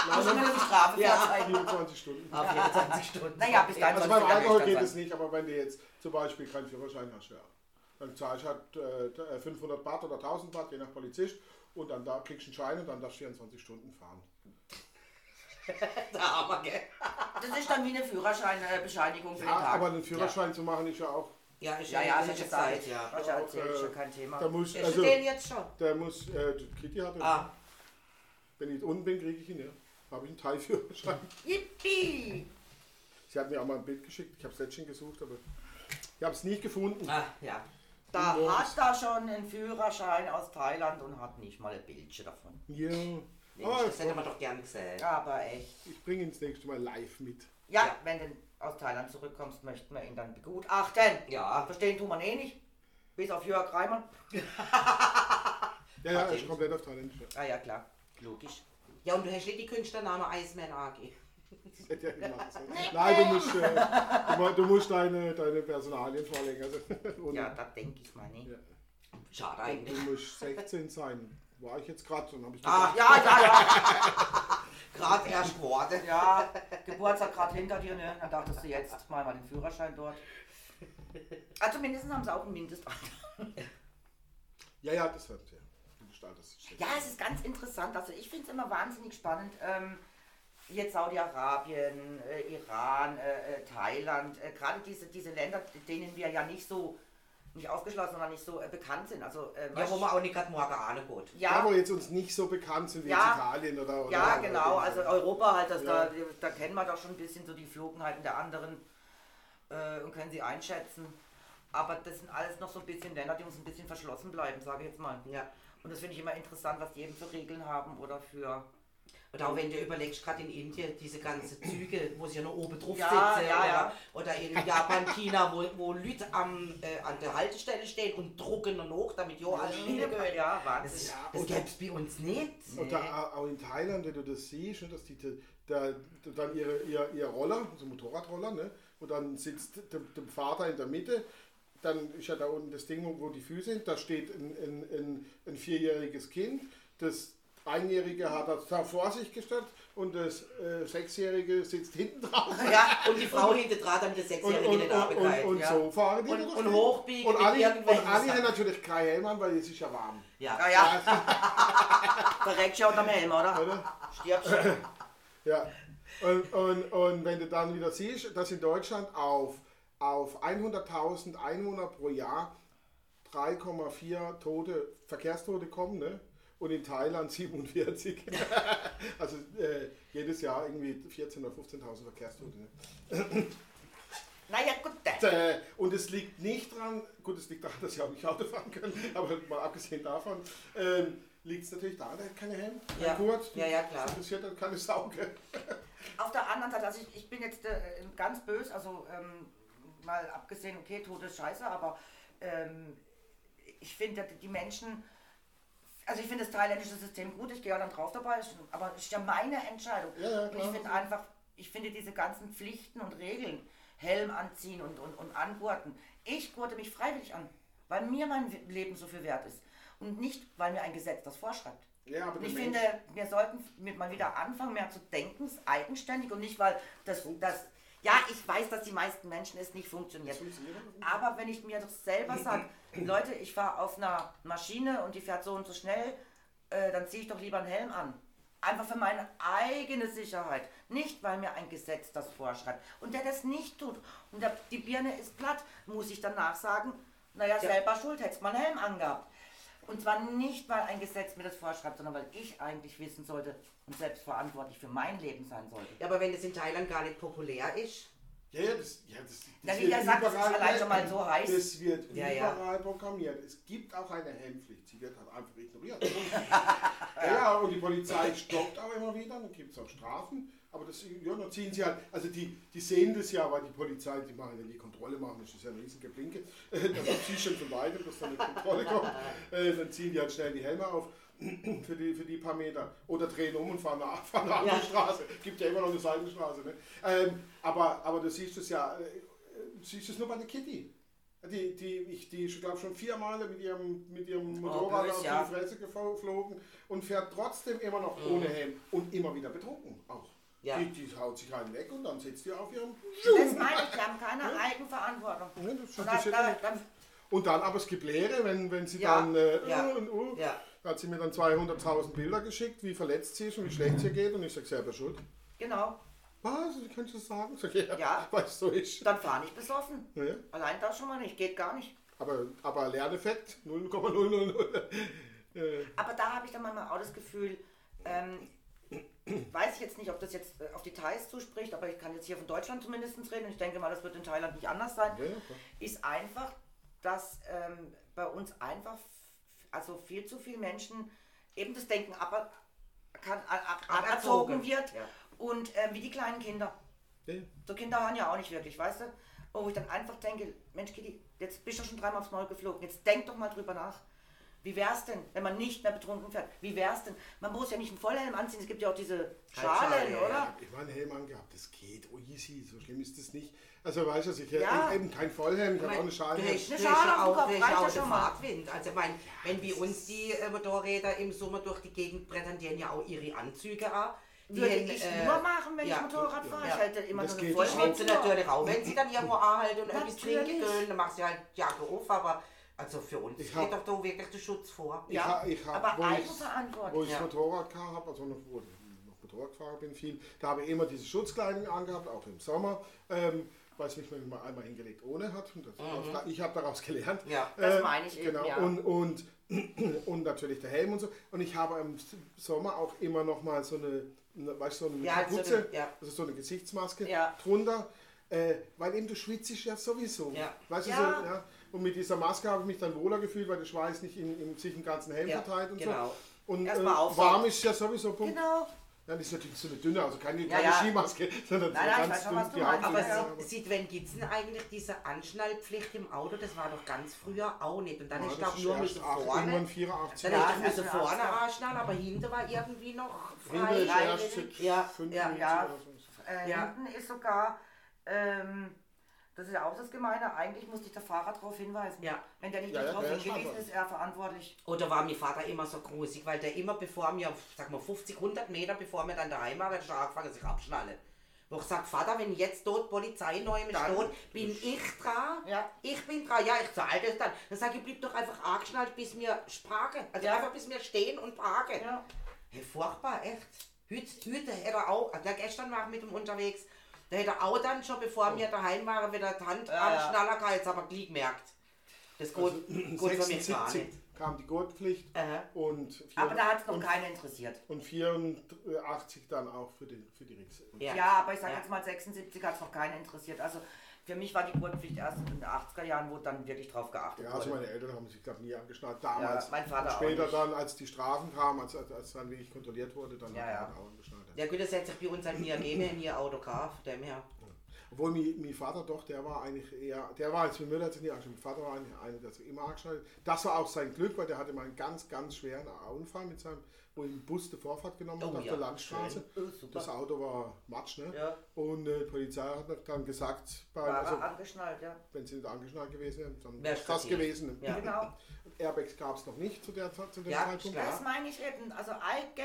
[SPEAKER 2] Das ist eine Strafe.
[SPEAKER 1] Ja.
[SPEAKER 2] Ja.
[SPEAKER 3] 24 Stunden.
[SPEAKER 1] Auf 24 Stunden.
[SPEAKER 2] Naja, bis dann.
[SPEAKER 3] Also
[SPEAKER 2] soll es
[SPEAKER 3] beim
[SPEAKER 2] ja
[SPEAKER 3] Alkohol
[SPEAKER 2] nüchtern
[SPEAKER 3] geht
[SPEAKER 2] sein.
[SPEAKER 3] es nicht, aber wenn du jetzt zum Beispiel keinen Führerschein hast, ja, dann zahlst du halt äh, 500 Baht oder 1000 Baht, je nach Polizist, und dann da kriegst du einen Schein und dann darfst du 24 Stunden fahren.
[SPEAKER 1] Der Hammer, gell?
[SPEAKER 2] Das ist dann wie eine Führerscheinbescheinigung für den
[SPEAKER 3] Ja,
[SPEAKER 2] Tag.
[SPEAKER 3] aber einen Führerschein zu machen ist ja auch.
[SPEAKER 1] Ja, ist
[SPEAKER 2] Ja, ja,
[SPEAKER 1] ist
[SPEAKER 2] das ist Zeit, ja. Das ist ja
[SPEAKER 3] auch,
[SPEAKER 2] erzählt, schon
[SPEAKER 3] äh,
[SPEAKER 2] kein Thema.
[SPEAKER 3] Da muss,
[SPEAKER 1] Ist
[SPEAKER 3] also,
[SPEAKER 1] den jetzt schon?
[SPEAKER 3] der muss, äh, die Kitty hat, ihn.
[SPEAKER 1] Ah,
[SPEAKER 3] wenn ich unten bin, kriege ich ihn, ja. Habe ich einen Teilführerschein.
[SPEAKER 2] Yippie!
[SPEAKER 3] Sie hat mir auch mal ein Bild geschickt, ich habe es letztens gesucht, aber ich habe es nicht gefunden.
[SPEAKER 1] ah, ja.
[SPEAKER 2] Da
[SPEAKER 3] Und morgens-
[SPEAKER 2] hat er schon einen Führerschein aus Thailand und hat nicht mal ein Bildchen davon.
[SPEAKER 3] Ja.
[SPEAKER 1] Mensch,
[SPEAKER 3] Aber
[SPEAKER 1] das hätte man doch gern gesehen.
[SPEAKER 2] Aber echt.
[SPEAKER 3] ich bringe ihn das nächste Mal live mit.
[SPEAKER 2] Ja,
[SPEAKER 1] Ja.
[SPEAKER 2] wenn du aus Thailand zurückkommst, möchten wir ihn dann begutachten.
[SPEAKER 1] Ja.
[SPEAKER 2] Verstehen tun wir eh nicht. Bis auf Jörg Reimann.
[SPEAKER 3] Ja, ja,
[SPEAKER 1] Ach,
[SPEAKER 3] er ist
[SPEAKER 1] den-
[SPEAKER 3] komplett auf Thailändisch. ja.
[SPEAKER 2] Ah ja, klar. Logisch.
[SPEAKER 1] Ja, und du hast nicht die Künstlername Iceman AG.
[SPEAKER 3] Das hätte ja gemacht. Nein, du musst, äh, du, mu- du musst deine, deine Personalien vorlegen. Also, und
[SPEAKER 2] Ja, da denke ich mal nicht.
[SPEAKER 3] Ja.
[SPEAKER 1] Schade
[SPEAKER 3] Du
[SPEAKER 1] eigentlich.
[SPEAKER 3] musst 16 sein. War ich jetzt gerade und habe ich
[SPEAKER 1] Ah,
[SPEAKER 3] gedacht,
[SPEAKER 2] Ja, ja, ja.
[SPEAKER 1] Gerade erst geworden.
[SPEAKER 2] Ja, Geburtstag gerade hinter dir, ne? Dann dachtest du jetzt mal mal den Führerschein dort. Also mindestens haben sie auch ein Mindestalter.
[SPEAKER 3] ja, ja, das hört ja. Du bist alterssicher.
[SPEAKER 2] Ja, es ist ganz interessant. Also ich finde es immer wahnsinnig spannend. Ähm, jetzt Saudi-Arabien, äh, Iran, äh, äh, Thailand, äh, gerade diese, diese Länder, denen wir ja nicht so, nicht aufgeschlossen, sondern nicht so äh, bekannt sind. Also, äh,
[SPEAKER 1] Ja,
[SPEAKER 2] weißt-
[SPEAKER 1] wo man auch nicht gerade morgen ahnen gut.
[SPEAKER 3] Da,
[SPEAKER 2] ja,
[SPEAKER 3] wo jetzt uns nicht so bekannt sind wie
[SPEAKER 2] Ja.
[SPEAKER 3] jetzt Italien oder, oder
[SPEAKER 2] ja,
[SPEAKER 3] oder-
[SPEAKER 2] genau.
[SPEAKER 3] oder-
[SPEAKER 2] Also Europa halt, das
[SPEAKER 3] Ja.
[SPEAKER 2] da, da kennen wir doch schon ein bisschen so die Flogenheiten der anderen äh, und können sie einschätzen. Aber das sind alles noch so ein bisschen Länder, die uns ein bisschen verschlossen bleiben, sage ich jetzt mal.
[SPEAKER 1] Ja.
[SPEAKER 2] Und das finde ich immer interessant, was die eben für Regeln haben oder für...
[SPEAKER 1] Und auch wenn du überlegst, gerade in Indien, diese ganzen Züge, wo sie ja noch oben drauf
[SPEAKER 2] Ja,
[SPEAKER 1] sitzen.
[SPEAKER 2] ja,
[SPEAKER 1] oder,
[SPEAKER 2] ja.
[SPEAKER 1] oder in Japan, China, wo, wo Leute am, äh, an der Haltestelle stehen und drucken dann hoch, damit ja alle hingehört.
[SPEAKER 2] Ja,
[SPEAKER 1] Das,
[SPEAKER 2] Wahnsinn.
[SPEAKER 1] ist-
[SPEAKER 3] Ja,
[SPEAKER 1] das
[SPEAKER 3] und-
[SPEAKER 1] gäbe es bei uns nicht.
[SPEAKER 3] Oder au- äh, auch in Thailand, wenn du das siehst, ne, dass die da- da, da dann ihre, ihr, ihr Roller, so Motorradroller, ne, und dann sitzt der, der Vater in der Mitte, dann ist ja da unten das Ding, wo- wo die Füße sind, da steht ein, ein, ein, ein vierjähriges Kind, das Einjährige hat das da vor sich gestellt und das äh, Sechsjährige sitzt hinten drauf.
[SPEAKER 1] Ja, und die Frau hinter dran, damit der
[SPEAKER 3] Und,
[SPEAKER 1] Sechsjährige
[SPEAKER 3] und,
[SPEAKER 1] nicht
[SPEAKER 3] und, und,
[SPEAKER 1] arbeitet.
[SPEAKER 3] und
[SPEAKER 2] ja.
[SPEAKER 3] so fahren die
[SPEAKER 1] Und-
[SPEAKER 3] doch
[SPEAKER 1] und
[SPEAKER 3] nicht.
[SPEAKER 1] hochbiegen
[SPEAKER 3] Und
[SPEAKER 1] mit
[SPEAKER 3] alle, und
[SPEAKER 1] irgendwelchen
[SPEAKER 3] alle
[SPEAKER 1] Sachen.
[SPEAKER 3] haben natürlich keinen Helm an, weil es ist ja warm.
[SPEAKER 1] Ja.
[SPEAKER 2] Ah ja, direkt schon unterm Helm, oder?
[SPEAKER 3] Oder?
[SPEAKER 2] Stirb schon.
[SPEAKER 3] Ja. Und, und, und wenn du dann wieder siehst, dass in Deutschland auf, auf 100.000 Einwohner pro Jahr 3,4 Tote, Verkehrstote kommen, ne? Und in Thailand 47. also äh, jedes Jahr irgendwie 14.000 oder 15.000 Verkehrstote. Ne?
[SPEAKER 2] Naja, gut. dann.
[SPEAKER 3] Äh, und es liegt nicht dran, gut, es liegt daran, dass sie auch nicht Auto fahren können, aber mal abgesehen davon, ähm, liegt es natürlich daran, der hat keine Helm.
[SPEAKER 1] Ja.
[SPEAKER 3] Kurt,
[SPEAKER 1] Ja, ja, klar.
[SPEAKER 3] Das interessiert dann keine Sauge.
[SPEAKER 2] Auf der anderen Seite, also ich, ich bin jetzt äh, ganz böse, also ähm, mal abgesehen, okay, Tod ist scheiße, aber ähm, ich finde, dass die Menschen, also ich finde das thailändische System gut, ich gehe ja dann drauf dabei, ist- aber es ist ja meine Entscheidung.
[SPEAKER 3] Ja, ja,
[SPEAKER 2] und ich
[SPEAKER 3] klar.
[SPEAKER 2] finde einfach, ich finde diese ganzen Pflichten und Regeln, Helm anziehen und, und, und angurten, ich gurte mich freiwillig an, weil mir mein Leben so viel wert ist und nicht, weil mir ein Gesetz das vorschreibt.
[SPEAKER 3] Ja, aber
[SPEAKER 2] Und
[SPEAKER 3] der
[SPEAKER 2] ich
[SPEAKER 3] Mensch-
[SPEAKER 2] finde, wir sollten mit mal wieder anfangen, mehr zu denken, eigenständig und nicht, weil das, das ja, ich weiß, dass die meisten Menschen es nicht funktioniert.
[SPEAKER 3] funktioniert aber
[SPEAKER 2] Aber wenn ich mir doch
[SPEAKER 3] Hm,
[SPEAKER 2] selber sage, Leute, ich fahre auf einer Maschine und die fährt so und so schnell, äh, dann ziehe ich doch lieber einen Helm an. Einfach für meine eigene Sicherheit. Nicht, weil mir ein Gesetz das vorschreibt. Und der das nicht tut und der, die Birne ist platt, muss ich danach sagen, naja, selber schuld, hättest mal einen Helm angehabt. Und zwar nicht, weil ein Gesetz mir das vorschreibt, sondern weil ich eigentlich wissen sollte und selbst verantwortlich für mein Leben sein sollte.
[SPEAKER 1] Ja, aber wenn es in Thailand gar nicht populär ist,
[SPEAKER 3] Ja, ja, das, ja, das, das
[SPEAKER 2] Na, wie er sagt, das ist allein schon mal so heiß.
[SPEAKER 3] Das wird
[SPEAKER 1] Ja, ja.
[SPEAKER 3] überall programmiert. Es gibt auch eine Helmpflicht. Sie wird halt einfach ignoriert. ja, ja, und die Polizei stoppt auch immer wieder. Dann gibt es auch Strafen. Aber das, ja, dann ziehen sie halt, also die, die sehen das ja, weil die Polizei, die machen, wenn die Kontrolle machen, das ist ja ein riesen Geblinke. Da sind sie schon von weitem, dass da eine Kontrolle kommt. Äh, Dann ziehen die halt schnell die Helme auf für die, für die paar Meter. Oder drehen um und fahren nach, fahren nach der Straße. Gibt ja immer noch eine Seitenstraße. Ne? Ähm, aber, aber du siehst es ja, äh, siehst es nur bei der Kitty. Die, die, ich die, ich glaube schon viermal mit ihrem, mit ihrem Motorrad
[SPEAKER 2] böse,
[SPEAKER 3] auf
[SPEAKER 2] ja.
[SPEAKER 3] die Fresse geflogen und fährt trotzdem immer noch ohne Helm und immer wieder betrunken. Auch.
[SPEAKER 1] Ja.
[SPEAKER 3] Die, die haut sich einen weg und dann sitzt die auf ihrem.
[SPEAKER 2] Das meine ich, die haben keine Eigenverantwortung.
[SPEAKER 3] Ja, das ist-
[SPEAKER 2] Und
[SPEAKER 3] das
[SPEAKER 2] dann,
[SPEAKER 3] ist-
[SPEAKER 2] dann, dann,
[SPEAKER 3] Und dann aber es gibt Leere, wenn, wenn sie
[SPEAKER 2] Ja,
[SPEAKER 3] dann. Äh,
[SPEAKER 1] ja,
[SPEAKER 3] uh, und, uh,
[SPEAKER 1] ja.
[SPEAKER 3] Hat sie mir dann 200.000 Bilder geschickt, wie verletzt sie ist und wie schlecht es ihr geht. Und ich sage, selber schuld.
[SPEAKER 2] genau,
[SPEAKER 3] Was? Wie kannst du das sagen? Sag ich, ja,
[SPEAKER 2] Ja.
[SPEAKER 3] Weil es so ist.
[SPEAKER 2] dann fahr nicht besoffen.
[SPEAKER 3] Ja.
[SPEAKER 2] Allein das schon mal nicht, geht gar nicht.
[SPEAKER 3] Aber, aber Lerneffekt 0,000. Äh,
[SPEAKER 2] Aber da habe ich dann manchmal auch das Gefühl, ähm, weiß ich jetzt nicht, ob das jetzt äh, auf Details zuspricht, aber ich kann jetzt hier von Deutschland zumindest reden und ich denke mal, das wird in Thailand nicht anders sein.
[SPEAKER 3] ja, ja, klar.
[SPEAKER 2] ist einfach, dass ähm, bei uns einfach, f- also viel zu viele Menschen eben das Denken aber kann, a- a-
[SPEAKER 1] Aberzogen.
[SPEAKER 2] aberzogen wird
[SPEAKER 1] Ja.
[SPEAKER 2] und ähm, wie die kleinen Kinder.
[SPEAKER 3] Ja, ja.
[SPEAKER 2] So Kinder haben ja auch nicht wirklich, weißt du? Und wo ich dann einfach denke, Mensch Kitty, jetzt bist du schon dreimal aufs Maul geflogen, jetzt denk doch mal drüber nach. Wie wär's denn, wenn man nicht mehr betrunken fährt? Wie wär's denn? Man muss ja nicht einen Vollhelm anziehen, es gibt ja auch diese
[SPEAKER 1] Halbschale,
[SPEAKER 2] Schalen,
[SPEAKER 1] ja,
[SPEAKER 2] oder?
[SPEAKER 1] ja.
[SPEAKER 3] Ich meine, Helm angehabt, das geht oh, easy, so schlimm ist das nicht. Also weißt du, also ich
[SPEAKER 2] Ja.
[SPEAKER 3] ja. eben kein Vollhelm, ich habe auch eine Schale.
[SPEAKER 1] Du hast
[SPEAKER 2] Eine
[SPEAKER 1] eine
[SPEAKER 2] Schale
[SPEAKER 1] Schale
[SPEAKER 2] auf dem Kopf,
[SPEAKER 1] auch, du
[SPEAKER 2] reicht
[SPEAKER 1] hast
[SPEAKER 2] ja
[SPEAKER 1] auch
[SPEAKER 2] schon
[SPEAKER 1] den
[SPEAKER 2] mal.
[SPEAKER 1] Fahrtwind. Also ich meine, wenn wir uns die äh, Motorräder im Sommer durch die Gegend brettern, die haben ja auch ihre Anzüge an. Die
[SPEAKER 2] Würde
[SPEAKER 1] haben,
[SPEAKER 2] ich
[SPEAKER 1] äh,
[SPEAKER 2] nur machen, wenn ich
[SPEAKER 1] ja.
[SPEAKER 2] Motorrad fahre.
[SPEAKER 1] Ja.
[SPEAKER 2] Ich hätte immer
[SPEAKER 3] Das
[SPEAKER 2] nur eine
[SPEAKER 3] geht
[SPEAKER 1] Das
[SPEAKER 3] auch.
[SPEAKER 2] Vollschwitze.
[SPEAKER 1] schwitzt sie natürlich auch, wenn sie dann irgendwo anhalten und etwas trinken
[SPEAKER 2] Natürlich.
[SPEAKER 1] können, dann machst du halt die Jacke auf, aber also für uns
[SPEAKER 3] Ich
[SPEAKER 1] geht
[SPEAKER 3] hab-
[SPEAKER 1] doch da wirklich der Schutz vor.
[SPEAKER 2] Ja,
[SPEAKER 3] ha- ich hab,
[SPEAKER 2] aber
[SPEAKER 3] wo ich-
[SPEAKER 2] Eigenverantwortung,
[SPEAKER 3] Wo ich
[SPEAKER 1] ja.
[SPEAKER 3] das Motorrad habe, also noch, wo ich noch Motorradfahrer bin viel, da habe ich immer diese Schutzkleidung angehabt, auch im Sommer. Ähm, weil es mich mal einmal hingelegt ohne hat. Und das, Ich habe daraus gelernt.
[SPEAKER 1] Ja.
[SPEAKER 2] Mhm. Das
[SPEAKER 3] Äh,
[SPEAKER 2] meine ich eben,
[SPEAKER 3] genau.
[SPEAKER 2] ja.
[SPEAKER 3] Und, und, und natürlich der Helm und so. Und ich habe im S- Sommer auch immer noch mal so eine, eine weißt du, so eine
[SPEAKER 1] Ja, so eine-
[SPEAKER 3] Kapuze,
[SPEAKER 1] ja.
[SPEAKER 3] also so eine Gesichtsmaske
[SPEAKER 2] Ja.
[SPEAKER 3] drunter. Äh, weil eben du schwitzt ja sowieso.
[SPEAKER 1] Ja.
[SPEAKER 3] Weißt du,
[SPEAKER 2] Ja.
[SPEAKER 3] So, ja. Und mit dieser Maske habe ich mich dann wohler gefühlt, weil der Schweiß nicht in, in sich im ganzen Helm
[SPEAKER 1] Ja,
[SPEAKER 3] verteilt und
[SPEAKER 1] genau.
[SPEAKER 3] so. Und äh,
[SPEAKER 2] Erstmal aufsaugen.
[SPEAKER 3] warm ist ja sowieso Punkt.
[SPEAKER 2] Genau.
[SPEAKER 3] Dann ist natürlich so eine dünne, also keine,
[SPEAKER 2] Ja,
[SPEAKER 3] keine
[SPEAKER 2] ja.
[SPEAKER 3] Skimaske, sondern
[SPEAKER 2] Nein,
[SPEAKER 3] so
[SPEAKER 2] nein,
[SPEAKER 3] ganz
[SPEAKER 2] ich weiß schon,
[SPEAKER 3] dünn,
[SPEAKER 2] was du
[SPEAKER 3] die
[SPEAKER 2] meinst.
[SPEAKER 1] Aber
[SPEAKER 3] Aufsicht-
[SPEAKER 2] Ja.
[SPEAKER 1] sieht- sieht, wenn gibt es denn eigentlich diese Anschnallpflicht im Auto? Das war doch ganz früher auch nicht. Und dann
[SPEAKER 3] Ja,
[SPEAKER 1] ist
[SPEAKER 3] das
[SPEAKER 1] doch
[SPEAKER 3] ist
[SPEAKER 1] nur
[SPEAKER 3] erst
[SPEAKER 1] mit
[SPEAKER 3] acht-
[SPEAKER 1] vorne.
[SPEAKER 3] irgendwann 84
[SPEAKER 1] Dann
[SPEAKER 2] Ja,
[SPEAKER 1] ist
[SPEAKER 2] das
[SPEAKER 1] das mit
[SPEAKER 2] ist
[SPEAKER 1] vorne
[SPEAKER 2] erst-
[SPEAKER 1] anschnallen, aber hinten war irgendwie noch
[SPEAKER 3] Kinder
[SPEAKER 1] frei.
[SPEAKER 3] ist
[SPEAKER 2] Drei
[SPEAKER 3] erst
[SPEAKER 2] Minuten.
[SPEAKER 3] seit
[SPEAKER 1] Ja,
[SPEAKER 3] 95
[SPEAKER 1] ja,
[SPEAKER 2] ja.
[SPEAKER 3] oder so.
[SPEAKER 2] Äh,
[SPEAKER 1] Ja.
[SPEAKER 2] Hinten ist sogar, ähm, das ist ja auch das Gemeine, eigentlich muss dich der Fahrer darauf hinweisen.
[SPEAKER 1] Ja.
[SPEAKER 2] Wenn der nicht
[SPEAKER 3] Ja, ja,
[SPEAKER 2] darauf
[SPEAKER 3] der ist
[SPEAKER 2] hingewiesen
[SPEAKER 3] verantwortlich.
[SPEAKER 2] ist, ist er verantwortlich.
[SPEAKER 1] Oder war mein Vater immer so grusig, weil der immer, bevor wir, sag mal 50, 100 Meter, bevor wir dann daheim waren, hat er schon angefangen, sich abschnallen. Wo ich sag, Vater, wenn jetzt tot Polizei neu im
[SPEAKER 2] Dann-
[SPEAKER 1] tot, bin ich dran.
[SPEAKER 2] Ja.
[SPEAKER 1] Ich bin dran. Ja, ich zahle das dann. Dann sag ich, bleib doch einfach angeschnallt, bis wir parken. Also
[SPEAKER 2] Ja.
[SPEAKER 1] einfach bis wir stehen und parken.
[SPEAKER 2] Ja.
[SPEAKER 1] Hey, furchtbar, echt. Heute, heute hätte er auch, der gestern war ich mit ihm unterwegs, der hätte auch dann schon, bevor wir daheim waren, wieder die Hand
[SPEAKER 2] Oh. Ja,
[SPEAKER 1] am
[SPEAKER 2] ja. Also, äh,
[SPEAKER 1] Schnaller gehabt, jetzt aber gleich gemerkt. Das geht, geht für mich gar
[SPEAKER 3] 76
[SPEAKER 1] nicht.
[SPEAKER 3] Also kam die Gurtpflicht
[SPEAKER 1] Aha.
[SPEAKER 3] und, vier-
[SPEAKER 2] Aber da hat es noch
[SPEAKER 3] und,
[SPEAKER 2] keinen interessiert.
[SPEAKER 3] und 84 dann auch für, den, für die Rixe.
[SPEAKER 1] Ja.
[SPEAKER 2] Ja, aber ich sage
[SPEAKER 1] Ja.
[SPEAKER 2] jetzt mal, 76 hat es noch keinen interessiert. Also für mich war die Gurtpflicht erst in den 80er Jahren, wo dann wirklich drauf geachtet
[SPEAKER 3] Ja,
[SPEAKER 2] wurde.
[SPEAKER 3] also meine Eltern haben sich, glaube nie angeschnallt. Damals.
[SPEAKER 2] Ja, mein Vater
[SPEAKER 3] Und
[SPEAKER 2] auch
[SPEAKER 3] Später
[SPEAKER 2] nicht.
[SPEAKER 3] dann, als die Strafen kamen, als, als, als dann wirklich kontrolliert wurde, dann
[SPEAKER 2] Ja,
[SPEAKER 3] hat
[SPEAKER 2] ja.
[SPEAKER 3] man auch angeschnallt.
[SPEAKER 1] Ja gut, das hätte sich bei uns halt nie ergeben, wir haben nie ein Auto gehabt, von dem her.
[SPEAKER 3] Obwohl, mein, mein Vater doch, der war eigentlich eher, der war als mein Müller hat sich nie angeschnallt. Mein Vater war eigentlich einer, der sich immer angeschnallt hat. Das war auch sein Glück, weil der hatte mal einen ganz, ganz schweren Unfall mit seinem, wo ihm ein Bus die Vorfahrt genommen hat
[SPEAKER 1] Oh
[SPEAKER 3] auf
[SPEAKER 1] ja,
[SPEAKER 3] der Landstraße.
[SPEAKER 2] schön. Oh, super.
[SPEAKER 3] das Auto war Matsch, ne?
[SPEAKER 2] Ja.
[SPEAKER 3] Und äh, die Polizei hat dann gesagt, bei,
[SPEAKER 2] War
[SPEAKER 3] also,
[SPEAKER 2] angeschnallt, ja.
[SPEAKER 3] wenn sie nicht angeschnallt gewesen wären, dann wäre
[SPEAKER 1] Wär's
[SPEAKER 3] das
[SPEAKER 1] passiert.
[SPEAKER 3] gewesen.
[SPEAKER 1] Ja.
[SPEAKER 2] Genau.
[SPEAKER 3] Airbags gab es noch nicht zu, der, Zeit- zu dem
[SPEAKER 1] Ja,
[SPEAKER 3] Zeitpunkt.
[SPEAKER 1] klar.
[SPEAKER 2] Das meine ich eben. Also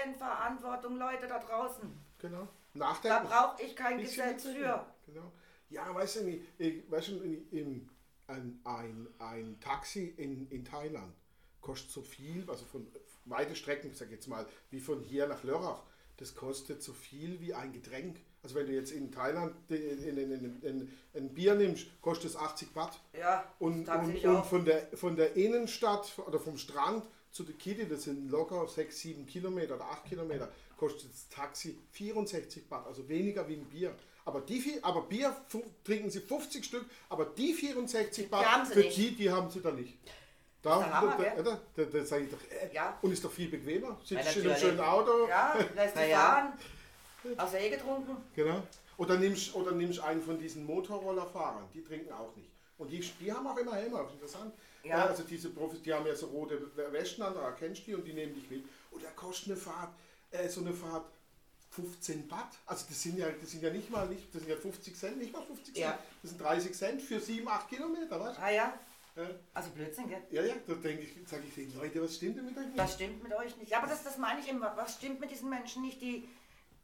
[SPEAKER 2] Eigenverantwortung, Leute da draußen.
[SPEAKER 3] Genau.
[SPEAKER 2] Da
[SPEAKER 3] Nachdenken.
[SPEAKER 2] brauche ich kein
[SPEAKER 3] Bisschen
[SPEAKER 2] Gesetz
[SPEAKER 3] mitdenken.
[SPEAKER 2] für.
[SPEAKER 3] Genau. Ja, weißt du, nicht, ich, weißt du in, in, ein, ein, ein Taxi in, in Thailand kostet so viel, also von weite Strecken, ich sag jetzt mal, wie von hier nach Lörrach, das kostet so viel wie ein Getränk. Also wenn du jetzt in Thailand äh, in, in, in, in, in, ein Bier nimmst, kostet es 80 Watt.
[SPEAKER 2] Ja,
[SPEAKER 3] Und,
[SPEAKER 2] das tat
[SPEAKER 3] und,
[SPEAKER 2] sich
[SPEAKER 3] und
[SPEAKER 2] auch.
[SPEAKER 3] von, der, von der Innenstadt oder vom Strand zu der Kitty, das sind locker 6, 7 Kilometer oder 8 Kilometer, kostet das Taxi 64 Baht, also weniger wie ein Bier. Aber, die, vi- aber Bier fu- trinken sie 50 Stück, aber die 64 Baht,
[SPEAKER 2] haben sie
[SPEAKER 3] für
[SPEAKER 2] nicht.
[SPEAKER 3] die, die haben sie da nicht. Da,
[SPEAKER 2] der Hammer,
[SPEAKER 3] da,
[SPEAKER 2] gell?
[SPEAKER 3] da, da, da, da sag ich doch, äh,
[SPEAKER 2] Ja.
[SPEAKER 3] und ist doch viel bequemer.
[SPEAKER 1] Ja,
[SPEAKER 3] Sitzt in einem
[SPEAKER 1] natürlich.
[SPEAKER 3] schönen Auto,
[SPEAKER 2] Ja, lässt
[SPEAKER 1] Na
[SPEAKER 2] dich
[SPEAKER 1] ja.
[SPEAKER 2] fahren. Hast du eh getrunken?
[SPEAKER 3] Genau. Oder nimmst, oder nimmst einen von diesen Motorrollerfahrern, die trinken auch nicht. Und die, die haben auch immer Helme auf, interessant.
[SPEAKER 2] Ja.
[SPEAKER 3] Ja. Also diese Profis, die haben ja so rote Westen an, da erkennst du die und die nehmen dich mit. Und da kostet eine Fahrt, äh, so eine Fahrt 15 Watt. Also das sind ja, das sind ja nicht mal nicht, das sind ja 50 Cent, nicht mal 50 Cent.
[SPEAKER 1] Ja.
[SPEAKER 3] Das sind 30 Cent für 7, 8 Kilometer, was?
[SPEAKER 2] Ah ja,
[SPEAKER 3] Ja,
[SPEAKER 2] also Blödsinn, gell?
[SPEAKER 3] ja, ja da denke ich, sage ich denen, Leute, was stimmt denn mit euch nicht?
[SPEAKER 2] Das stimmt mit euch nicht. Ja, aber das, das meine ich immer. Was stimmt mit diesen Menschen nicht, die,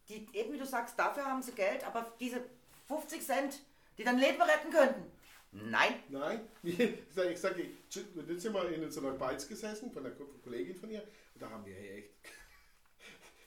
[SPEAKER 2] die, eben wie du sagst, dafür haben sie Geld, aber diese 50 Cent, die dann Leben retten könnten. Nein.
[SPEAKER 3] Nein, ich sage, ich sage, jetzt sind wir in so einer Beiz gesessen von einer Ko- Kollegin von ihr und da haben wir hey, echt,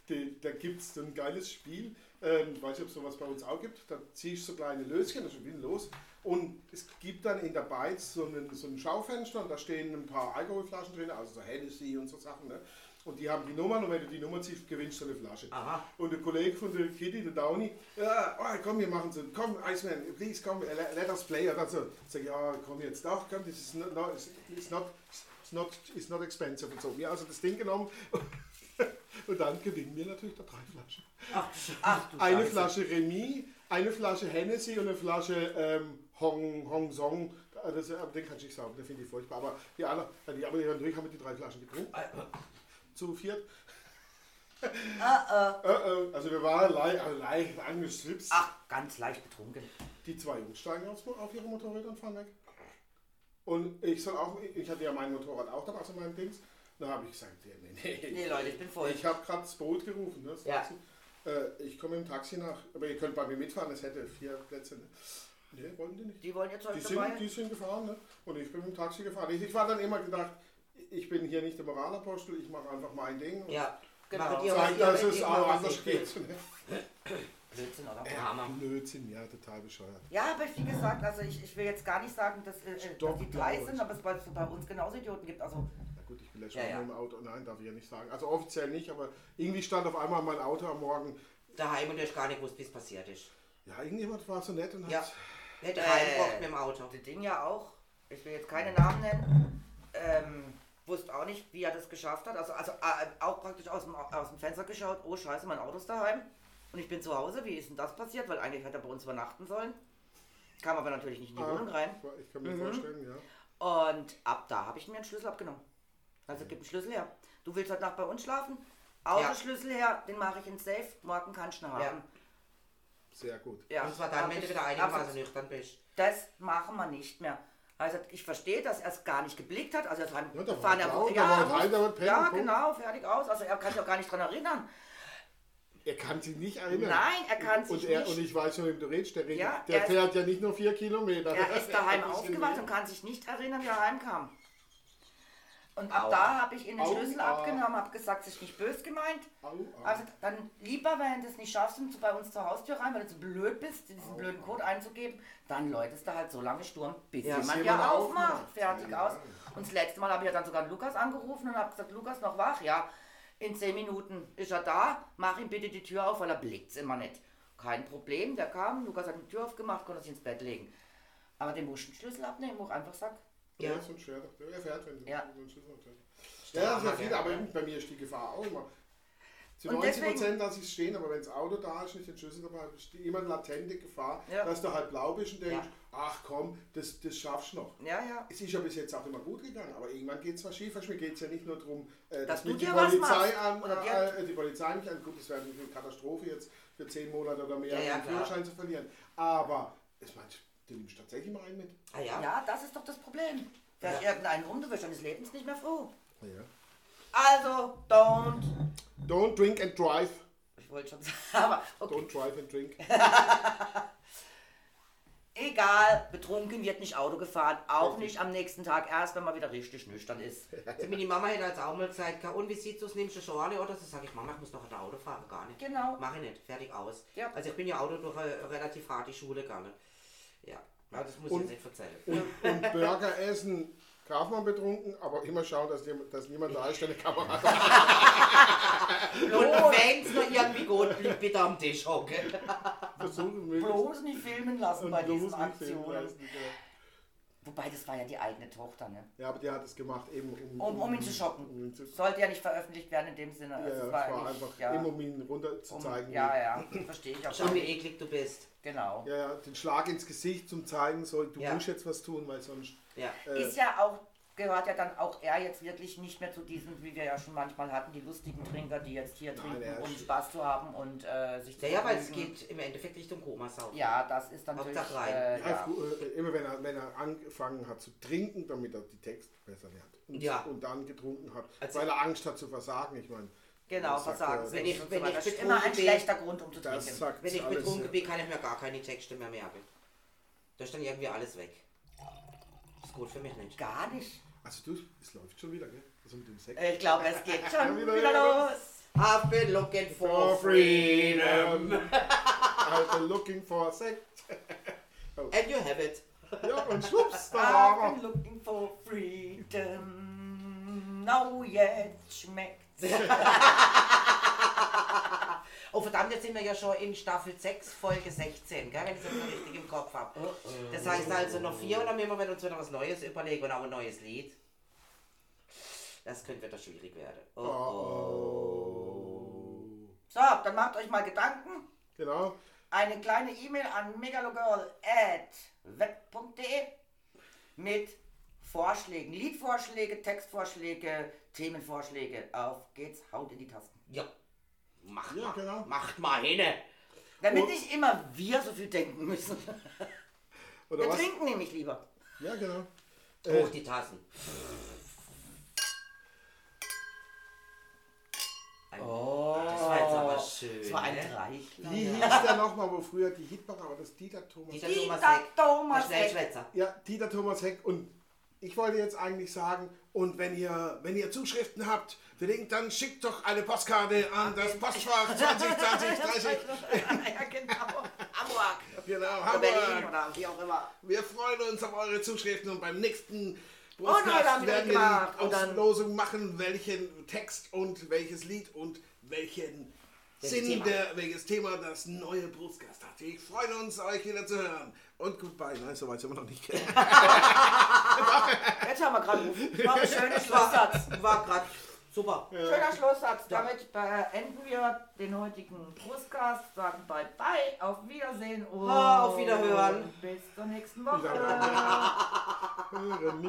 [SPEAKER 3] die, da gibt es so ein geiles Spiel, ähm, ich weiß nicht, ob es sowas bei uns auch gibt, da ziehst du so kleine Löschen, das Spiel los und es gibt dann in der Beiz so ein, so ein Schaufenster und da stehen ein paar Alkoholflaschen drin, also so Hennessy und so Sachen, ne? Und die haben die Nummern und wenn du die Nummer ziehst, gewinnst du eine Flasche.
[SPEAKER 1] Aha.
[SPEAKER 3] Und der Kollege von der Kitty, der Downey, ja, oh, komm, wir machen so, komm, Iceman, please, komm, let, let us play. Oder so. Ich sage, ja, komm jetzt, doch, komm, das ist not, not, it's not, it's not, it's not expensive und so. Wir haben also das Ding genommen und dann gewinnen wir natürlich da drei Flaschen.
[SPEAKER 1] Ach, ach du
[SPEAKER 3] Eine
[SPEAKER 1] Scheiße.
[SPEAKER 3] Flasche Remy, eine Flasche Hennessy und eine Flasche ähm, Hong, Hong Song. Das, äh, den kann ich nicht sagen, den finde ich furchtbar. Aber die anderen, äh, die anderen durch haben wir die drei Flaschen
[SPEAKER 1] Äh,
[SPEAKER 3] getrunken. Zu viert. Äh, äh, also wir waren leicht, also leicht angeschwipst.
[SPEAKER 1] Ah,
[SPEAKER 2] Ach, ganz leicht betrunken.
[SPEAKER 3] Die zwei Jungs steigen auf, auf ihre Motorräder und fahren weg. Und ich soll auch, ich hatte ja mein Motorrad auch dabei, also mein Dings. Da habe ich gesagt, nee, nee, nee,
[SPEAKER 2] Nee, Leute, ich bin voll.
[SPEAKER 3] ich habe gerade das Boot gerufen, ne? das
[SPEAKER 2] Ja.
[SPEAKER 3] Taxi. Äh, ich komme im Taxi nach, aber ihr könnt bei mir mitfahren, es hätte vier Plätze. Ne, nee, wollten die nicht.
[SPEAKER 2] Die wollen jetzt heute
[SPEAKER 3] Die sind,
[SPEAKER 2] dabei.
[SPEAKER 3] die sind gefahren ne? und ich bin mit dem Taxi gefahren. Ich, ich war dann immer gedacht, ich bin hier nicht der Moralapostel, ich mache einfach mein Ding und
[SPEAKER 1] Ja,
[SPEAKER 2] Genau.
[SPEAKER 1] genau.
[SPEAKER 2] Ihr-
[SPEAKER 3] zeige,
[SPEAKER 2] ihr-
[SPEAKER 3] dass
[SPEAKER 2] ihr-
[SPEAKER 3] es
[SPEAKER 2] ihr-
[SPEAKER 3] auch
[SPEAKER 2] was
[SPEAKER 3] anders
[SPEAKER 2] ich will.
[SPEAKER 3] geht. Ne?
[SPEAKER 2] Blödsinn, oder?
[SPEAKER 1] Hammer.
[SPEAKER 3] Blödsinn, ja, total bescheuert.
[SPEAKER 2] Ja, aber wie gesagt, also ich, ich will jetzt gar nicht sagen, dass, äh, äh, dass
[SPEAKER 3] Stopp,
[SPEAKER 2] die drei
[SPEAKER 3] Laura.
[SPEAKER 2] sind, aber es bei, bei uns genauso Idioten gibt. Also,
[SPEAKER 3] Na gut, ich bin ja schon
[SPEAKER 1] Ja, ja.
[SPEAKER 3] im Auto. Nein, darf ich ja nicht sagen. Also offiziell nicht, aber irgendwie stand auf einmal mein Auto am Morgen.
[SPEAKER 1] Daheim und du hast gar nicht gewusst, wie es passiert ist.
[SPEAKER 3] Ja, irgendjemand war so nett und
[SPEAKER 1] Ja.
[SPEAKER 3] hat.
[SPEAKER 1] Nicht
[SPEAKER 2] Äh.
[SPEAKER 1] heimgebracht mit dem Auto.
[SPEAKER 2] das Ding ja auch, ich will jetzt keine Namen nennen, ähm, wusste auch nicht, wie er das geschafft hat. Also, also äh, auch praktisch aus dem, aus dem Fenster geschaut, oh scheiße, mein Auto ist daheim und ich bin zu Hause, wie ist denn das passiert? Weil eigentlich hätte er bei uns übernachten sollen. Kam aber natürlich nicht in die Wohnung rein.
[SPEAKER 3] Ah, Ich kann mir vorstellen, ja.
[SPEAKER 2] Und ab da habe ich mir einen Schlüssel abgenommen. Also gib einen Schlüssel her. Du willst heute Nacht bei uns schlafen? Autoschlüssel her, den mache ich ins Safe. Morgen kannst du ihn haben.
[SPEAKER 3] Sehr gut.
[SPEAKER 2] Ja.
[SPEAKER 1] Und zwar dann,
[SPEAKER 2] Hab
[SPEAKER 1] wenn du
[SPEAKER 2] ich-
[SPEAKER 1] wieder
[SPEAKER 2] absolut.
[SPEAKER 1] einigermaßen nüchtern bist.
[SPEAKER 2] Das machen wir nicht mehr. Also ich verstehe, dass er es gar nicht geblickt hat. Also er hat
[SPEAKER 3] Ja, da war
[SPEAKER 2] fahren
[SPEAKER 3] er
[SPEAKER 2] ja,
[SPEAKER 3] blau, da
[SPEAKER 2] ja,
[SPEAKER 3] war er
[SPEAKER 2] er
[SPEAKER 3] rein, da war
[SPEAKER 2] muss-
[SPEAKER 3] ein Pen,
[SPEAKER 2] ja
[SPEAKER 3] Punkt.
[SPEAKER 2] genau, fertig aus. Also er kann sich auch gar nicht dran erinnern.
[SPEAKER 3] Er kann sich nicht erinnern.
[SPEAKER 2] Nein, er kann sich
[SPEAKER 3] und er,
[SPEAKER 2] nicht.
[SPEAKER 3] Und ich weiß schon, wem du redest. Der,
[SPEAKER 2] Ja,
[SPEAKER 3] redet- der
[SPEAKER 2] er-
[SPEAKER 3] fährt ja nicht nur vier Kilometer.
[SPEAKER 2] Er ist daheim
[SPEAKER 3] Ein bisschen
[SPEAKER 2] aufgewacht
[SPEAKER 3] mehr.
[SPEAKER 2] und kann sich nicht erinnern, wie er heimkam. Und ab
[SPEAKER 1] Aua.
[SPEAKER 2] da habe ich ihm den
[SPEAKER 3] Aua.
[SPEAKER 2] Schlüssel abgenommen, habe gesagt, es ist nicht böse gemeint.
[SPEAKER 3] Aua.
[SPEAKER 2] Also dann lieber, wenn du es nicht schaffst, um zu bei uns zur Haustür rein, weil du zu blöd bist, diesen
[SPEAKER 3] Aua.
[SPEAKER 2] blöden Code einzugeben, dann läutest du halt so lange Sturm, bis
[SPEAKER 1] Ja,
[SPEAKER 2] jemand
[SPEAKER 3] bis
[SPEAKER 2] ja
[SPEAKER 3] jemand
[SPEAKER 2] aufmacht.
[SPEAKER 3] aufmacht.
[SPEAKER 2] Fertig
[SPEAKER 3] Ja.
[SPEAKER 2] aus. Und das letzte Mal habe ich ja dann sogar Lukas angerufen und habe gesagt, Lukas, noch wach? Ja, in zehn Minuten ist er da, mach ihm bitte die Tür auf, weil er blickt's immer nicht. Kein Problem, der kam, Lukas hat die Tür aufgemacht, konnte sich ins Bett legen. Aber den musst du den Schlüssel abnehmen, wo ich einfach sag,
[SPEAKER 3] Ja,
[SPEAKER 1] Ja.
[SPEAKER 3] so ein Schwert. Er fährt, wenn du
[SPEAKER 2] Ja.
[SPEAKER 3] so einen Schlüssel hast. Ja, das ist ja viel, aber eben bei mir ist die Gefahr auch immer. Zu
[SPEAKER 2] Und
[SPEAKER 3] 90
[SPEAKER 2] deswegen-
[SPEAKER 3] Prozent lasse ich stehen, aber wenn das Auto da ist, nicht den Schlüssel dabei, ist immer eine latente Gefahr,
[SPEAKER 2] Ja.
[SPEAKER 3] dass du halt blau bist und denkst,
[SPEAKER 1] Ja.
[SPEAKER 3] ach komm, das, das schaffst du noch.
[SPEAKER 2] ja, ja.
[SPEAKER 3] Es ist ja bis jetzt auch immer gut gegangen, aber irgendwann geht es mal schief. Mir geht es ja nicht nur darum, äh,
[SPEAKER 2] Dass
[SPEAKER 3] dass,
[SPEAKER 2] du
[SPEAKER 3] mich die
[SPEAKER 2] dir was
[SPEAKER 3] Polizei,
[SPEAKER 2] machst.
[SPEAKER 3] an,
[SPEAKER 2] Oder
[SPEAKER 3] äh, äh, die Polizei mich anguckt. Das wäre natürlich eine Katastrophe jetzt für zehn Monate oder mehr,
[SPEAKER 1] Ja, ja,
[SPEAKER 3] den
[SPEAKER 1] klar.
[SPEAKER 3] Führerschein zu verlieren. Aber es meint, du nimmst tatsächlich mal einen mit.
[SPEAKER 1] Ah ja.
[SPEAKER 2] Ja, das ist doch das Problem. Wer
[SPEAKER 1] Ja.
[SPEAKER 2] irgendeinen rum, du wirst deines Lebens nicht mehr froh.
[SPEAKER 3] Ja.
[SPEAKER 2] Also, don't.
[SPEAKER 3] Don't drink and drive.
[SPEAKER 2] Ich wollte schon sagen, aber okay.
[SPEAKER 3] Don't drive and drink.
[SPEAKER 2] Egal, betrunken wird nicht Auto gefahren, auch nicht am nächsten Tag, erst wenn man wieder richtig nüchtern ist.
[SPEAKER 1] Also meine Mama hätte als auch mal gesagt, "Ka, und wie sieht es aus, nimmst du Schorle oder so? Sag ich, Mama, ich muss doch ein Auto fahren, gar nicht.
[SPEAKER 2] Genau.
[SPEAKER 1] Mache ich nicht, fertig aus.
[SPEAKER 2] Ja.
[SPEAKER 1] Also ich bin ja Auto durch eine relativ harte Schule gegangen. Ja, ja das muss
[SPEAKER 3] Und-
[SPEAKER 1] ich jetzt nicht erzählen.
[SPEAKER 3] Und, und Burger essen darf man betrunken, aber immer schauen, dass, die, dass niemand da ist, der eine Kamera hat.
[SPEAKER 1] Und wenn es noch irgendwie gut bleibt, bitte am Tisch hocken.
[SPEAKER 3] Versuchen möglichst.
[SPEAKER 2] Bloß nicht filmen lassen bei
[SPEAKER 3] bloß
[SPEAKER 2] diesen
[SPEAKER 3] nicht filmen
[SPEAKER 2] Aktionen.
[SPEAKER 3] lassen, ja.
[SPEAKER 2] Wobei, das war ja die eigene Tochter, ne?
[SPEAKER 3] Ja, aber die hat es gemacht, eben um,
[SPEAKER 2] Um, um ihn zu schocken.
[SPEAKER 3] um ihn zu-
[SPEAKER 2] Sollte ja nicht veröffentlicht werden in dem Sinne.
[SPEAKER 3] Ja,
[SPEAKER 2] Also,
[SPEAKER 3] es
[SPEAKER 2] es
[SPEAKER 3] war
[SPEAKER 2] nicht-
[SPEAKER 3] einfach,
[SPEAKER 2] ja,
[SPEAKER 3] eben um ihn runterzuzeigen.
[SPEAKER 2] um, ja, ja, verstehe ich auch.
[SPEAKER 1] Schau, wie
[SPEAKER 2] schon.
[SPEAKER 1] eklig du bist.
[SPEAKER 2] Genau.
[SPEAKER 3] Ja, ja, den Schlag ins Gesicht zum zeigen, so, du
[SPEAKER 1] Ja.
[SPEAKER 3] musst jetzt was tun, weil sonst.
[SPEAKER 1] Ja.
[SPEAKER 3] Äh,
[SPEAKER 2] Ist ja auch gehört ja dann auch er jetzt wirklich nicht mehr zu diesen, wie wir ja schon manchmal hatten, die lustigen Trinker, die jetzt hier trinken,
[SPEAKER 3] er ist
[SPEAKER 2] um
[SPEAKER 3] schon-
[SPEAKER 2] Spaß zu haben und äh, sich zu
[SPEAKER 1] Ja, ja, weil es
[SPEAKER 2] vergnügen.
[SPEAKER 1] geht im Endeffekt Richtung Komasau.
[SPEAKER 2] Ja, das ist dann natürlich.
[SPEAKER 1] Hauptsache rein.
[SPEAKER 2] Äh,
[SPEAKER 3] Ja.
[SPEAKER 2] ja.
[SPEAKER 3] Immer wenn er, wenn er angefangen hat zu trinken, damit er die Texte besser lernt. Und,
[SPEAKER 1] Ja.
[SPEAKER 3] und dann getrunken hat,
[SPEAKER 1] Also-
[SPEAKER 3] weil er Angst hat zu versagen. Ich meine,
[SPEAKER 2] Genau,
[SPEAKER 3] das sagt
[SPEAKER 2] versagen.
[SPEAKER 3] er-
[SPEAKER 2] Wenn
[SPEAKER 1] Wenn
[SPEAKER 2] ich,
[SPEAKER 1] ich- wenn ich
[SPEAKER 2] das ist
[SPEAKER 1] betrunken
[SPEAKER 2] immer ein
[SPEAKER 1] bin-
[SPEAKER 2] schlechter Grund, um zu
[SPEAKER 3] das
[SPEAKER 2] trinken.
[SPEAKER 3] sagt
[SPEAKER 1] Wenn ich
[SPEAKER 3] alles.
[SPEAKER 1] betrunken
[SPEAKER 3] ja.
[SPEAKER 1] bin, kann ich mir gar keine Texte mehr merken. Da ist dann irgendwie alles weg. Ist gut für mich nicht.
[SPEAKER 2] Gar nicht. Äh,
[SPEAKER 3] Also du, es läuft schon wieder, gell? Also mit dem Sex.
[SPEAKER 2] Ich glaube, es geht schon
[SPEAKER 3] wieder-
[SPEAKER 2] wieder los.
[SPEAKER 1] I've been looking for
[SPEAKER 3] For
[SPEAKER 1] freedom.
[SPEAKER 3] freedom. I've been looking for sex.
[SPEAKER 1] And you have it.
[SPEAKER 3] Ja, und schwupps, da war
[SPEAKER 2] I've
[SPEAKER 3] er.
[SPEAKER 2] been looking for freedom. Now jetzt schmeckt's.
[SPEAKER 1] Oh verdammt, jetzt sind wir ja schon in Staffel 6, Folge 16, gell? wenn ich das noch richtig im Kopf habe. Das heißt also noch vier und dann müssen wir uns wieder was Neues überlegen und auch ein neues Lied. Das könnte wieder schwierig werden. Oh, oh.
[SPEAKER 2] So, dann macht euch mal Gedanken.
[SPEAKER 3] Genau.
[SPEAKER 2] eine kleine E-Mail an megalogirl.web.de mit Vorschlägen, Liedvorschläge, Textvorschläge, Themenvorschläge. Auf geht's, haut in die Tasten.
[SPEAKER 1] Ja. Macht
[SPEAKER 3] Ja,
[SPEAKER 1] mal.
[SPEAKER 3] genau.
[SPEAKER 1] Macht mal hin.
[SPEAKER 2] Damit
[SPEAKER 3] Und-
[SPEAKER 2] nicht immer wir so viel denken müssen.
[SPEAKER 3] Oder
[SPEAKER 2] Wir
[SPEAKER 3] was?
[SPEAKER 2] trinken nämlich lieber.
[SPEAKER 3] Ja, genau.
[SPEAKER 1] Hoch die Tassen. Oh, das war jetzt aber schön.
[SPEAKER 2] Das war ein
[SPEAKER 3] Äh.
[SPEAKER 1] ne?
[SPEAKER 2] Dreichler.
[SPEAKER 3] Wie hieß der nochmal, wo früher die Hitmacher war? Das Dieter Thomas
[SPEAKER 1] Dieter
[SPEAKER 3] Heck.
[SPEAKER 1] Thomas
[SPEAKER 2] Dieter
[SPEAKER 1] Heck. Der
[SPEAKER 2] Thomas Heck.
[SPEAKER 1] Schnellschwätzer.
[SPEAKER 3] Ja, Dieter Thomas Heck. Und ich wollte jetzt eigentlich sagen, und wenn ihr, wenn ihr Zuschriften habt, für den, dann schickt doch eine Postkarte an das Postfach 202030.
[SPEAKER 2] ja, genau. Hamburg.
[SPEAKER 3] Genau,
[SPEAKER 2] Oder Berlin
[SPEAKER 3] Hamburg.
[SPEAKER 2] oder wie auch immer.
[SPEAKER 3] Wir freuen uns auf eure Zuschriften und beim nächsten
[SPEAKER 2] heute haben
[SPEAKER 3] Podcast
[SPEAKER 2] wir
[SPEAKER 3] werden wir
[SPEAKER 2] gemacht.
[SPEAKER 3] die
[SPEAKER 2] Und dann-
[SPEAKER 3] Auslosung machen, welchen Text und welches Lied und welchen Sinn,
[SPEAKER 1] Thema.
[SPEAKER 3] Der, welches Thema das neue Brustgast hat. Wir freuen uns, euch wieder zu hören. Und goodbye. Nein, so weit sind wir noch nicht.
[SPEAKER 2] Jetzt haben wir gerade einen war ein schöner Schlusssatz.
[SPEAKER 1] War gerade super.
[SPEAKER 2] Schöner Schlusssatz. Damit beenden wir den heutigen Brustcast. Sagen bye bye, auf Wiedersehen und
[SPEAKER 1] Ah, auf Wiederhören.
[SPEAKER 2] bis zur nächsten Woche.
[SPEAKER 3] Hören.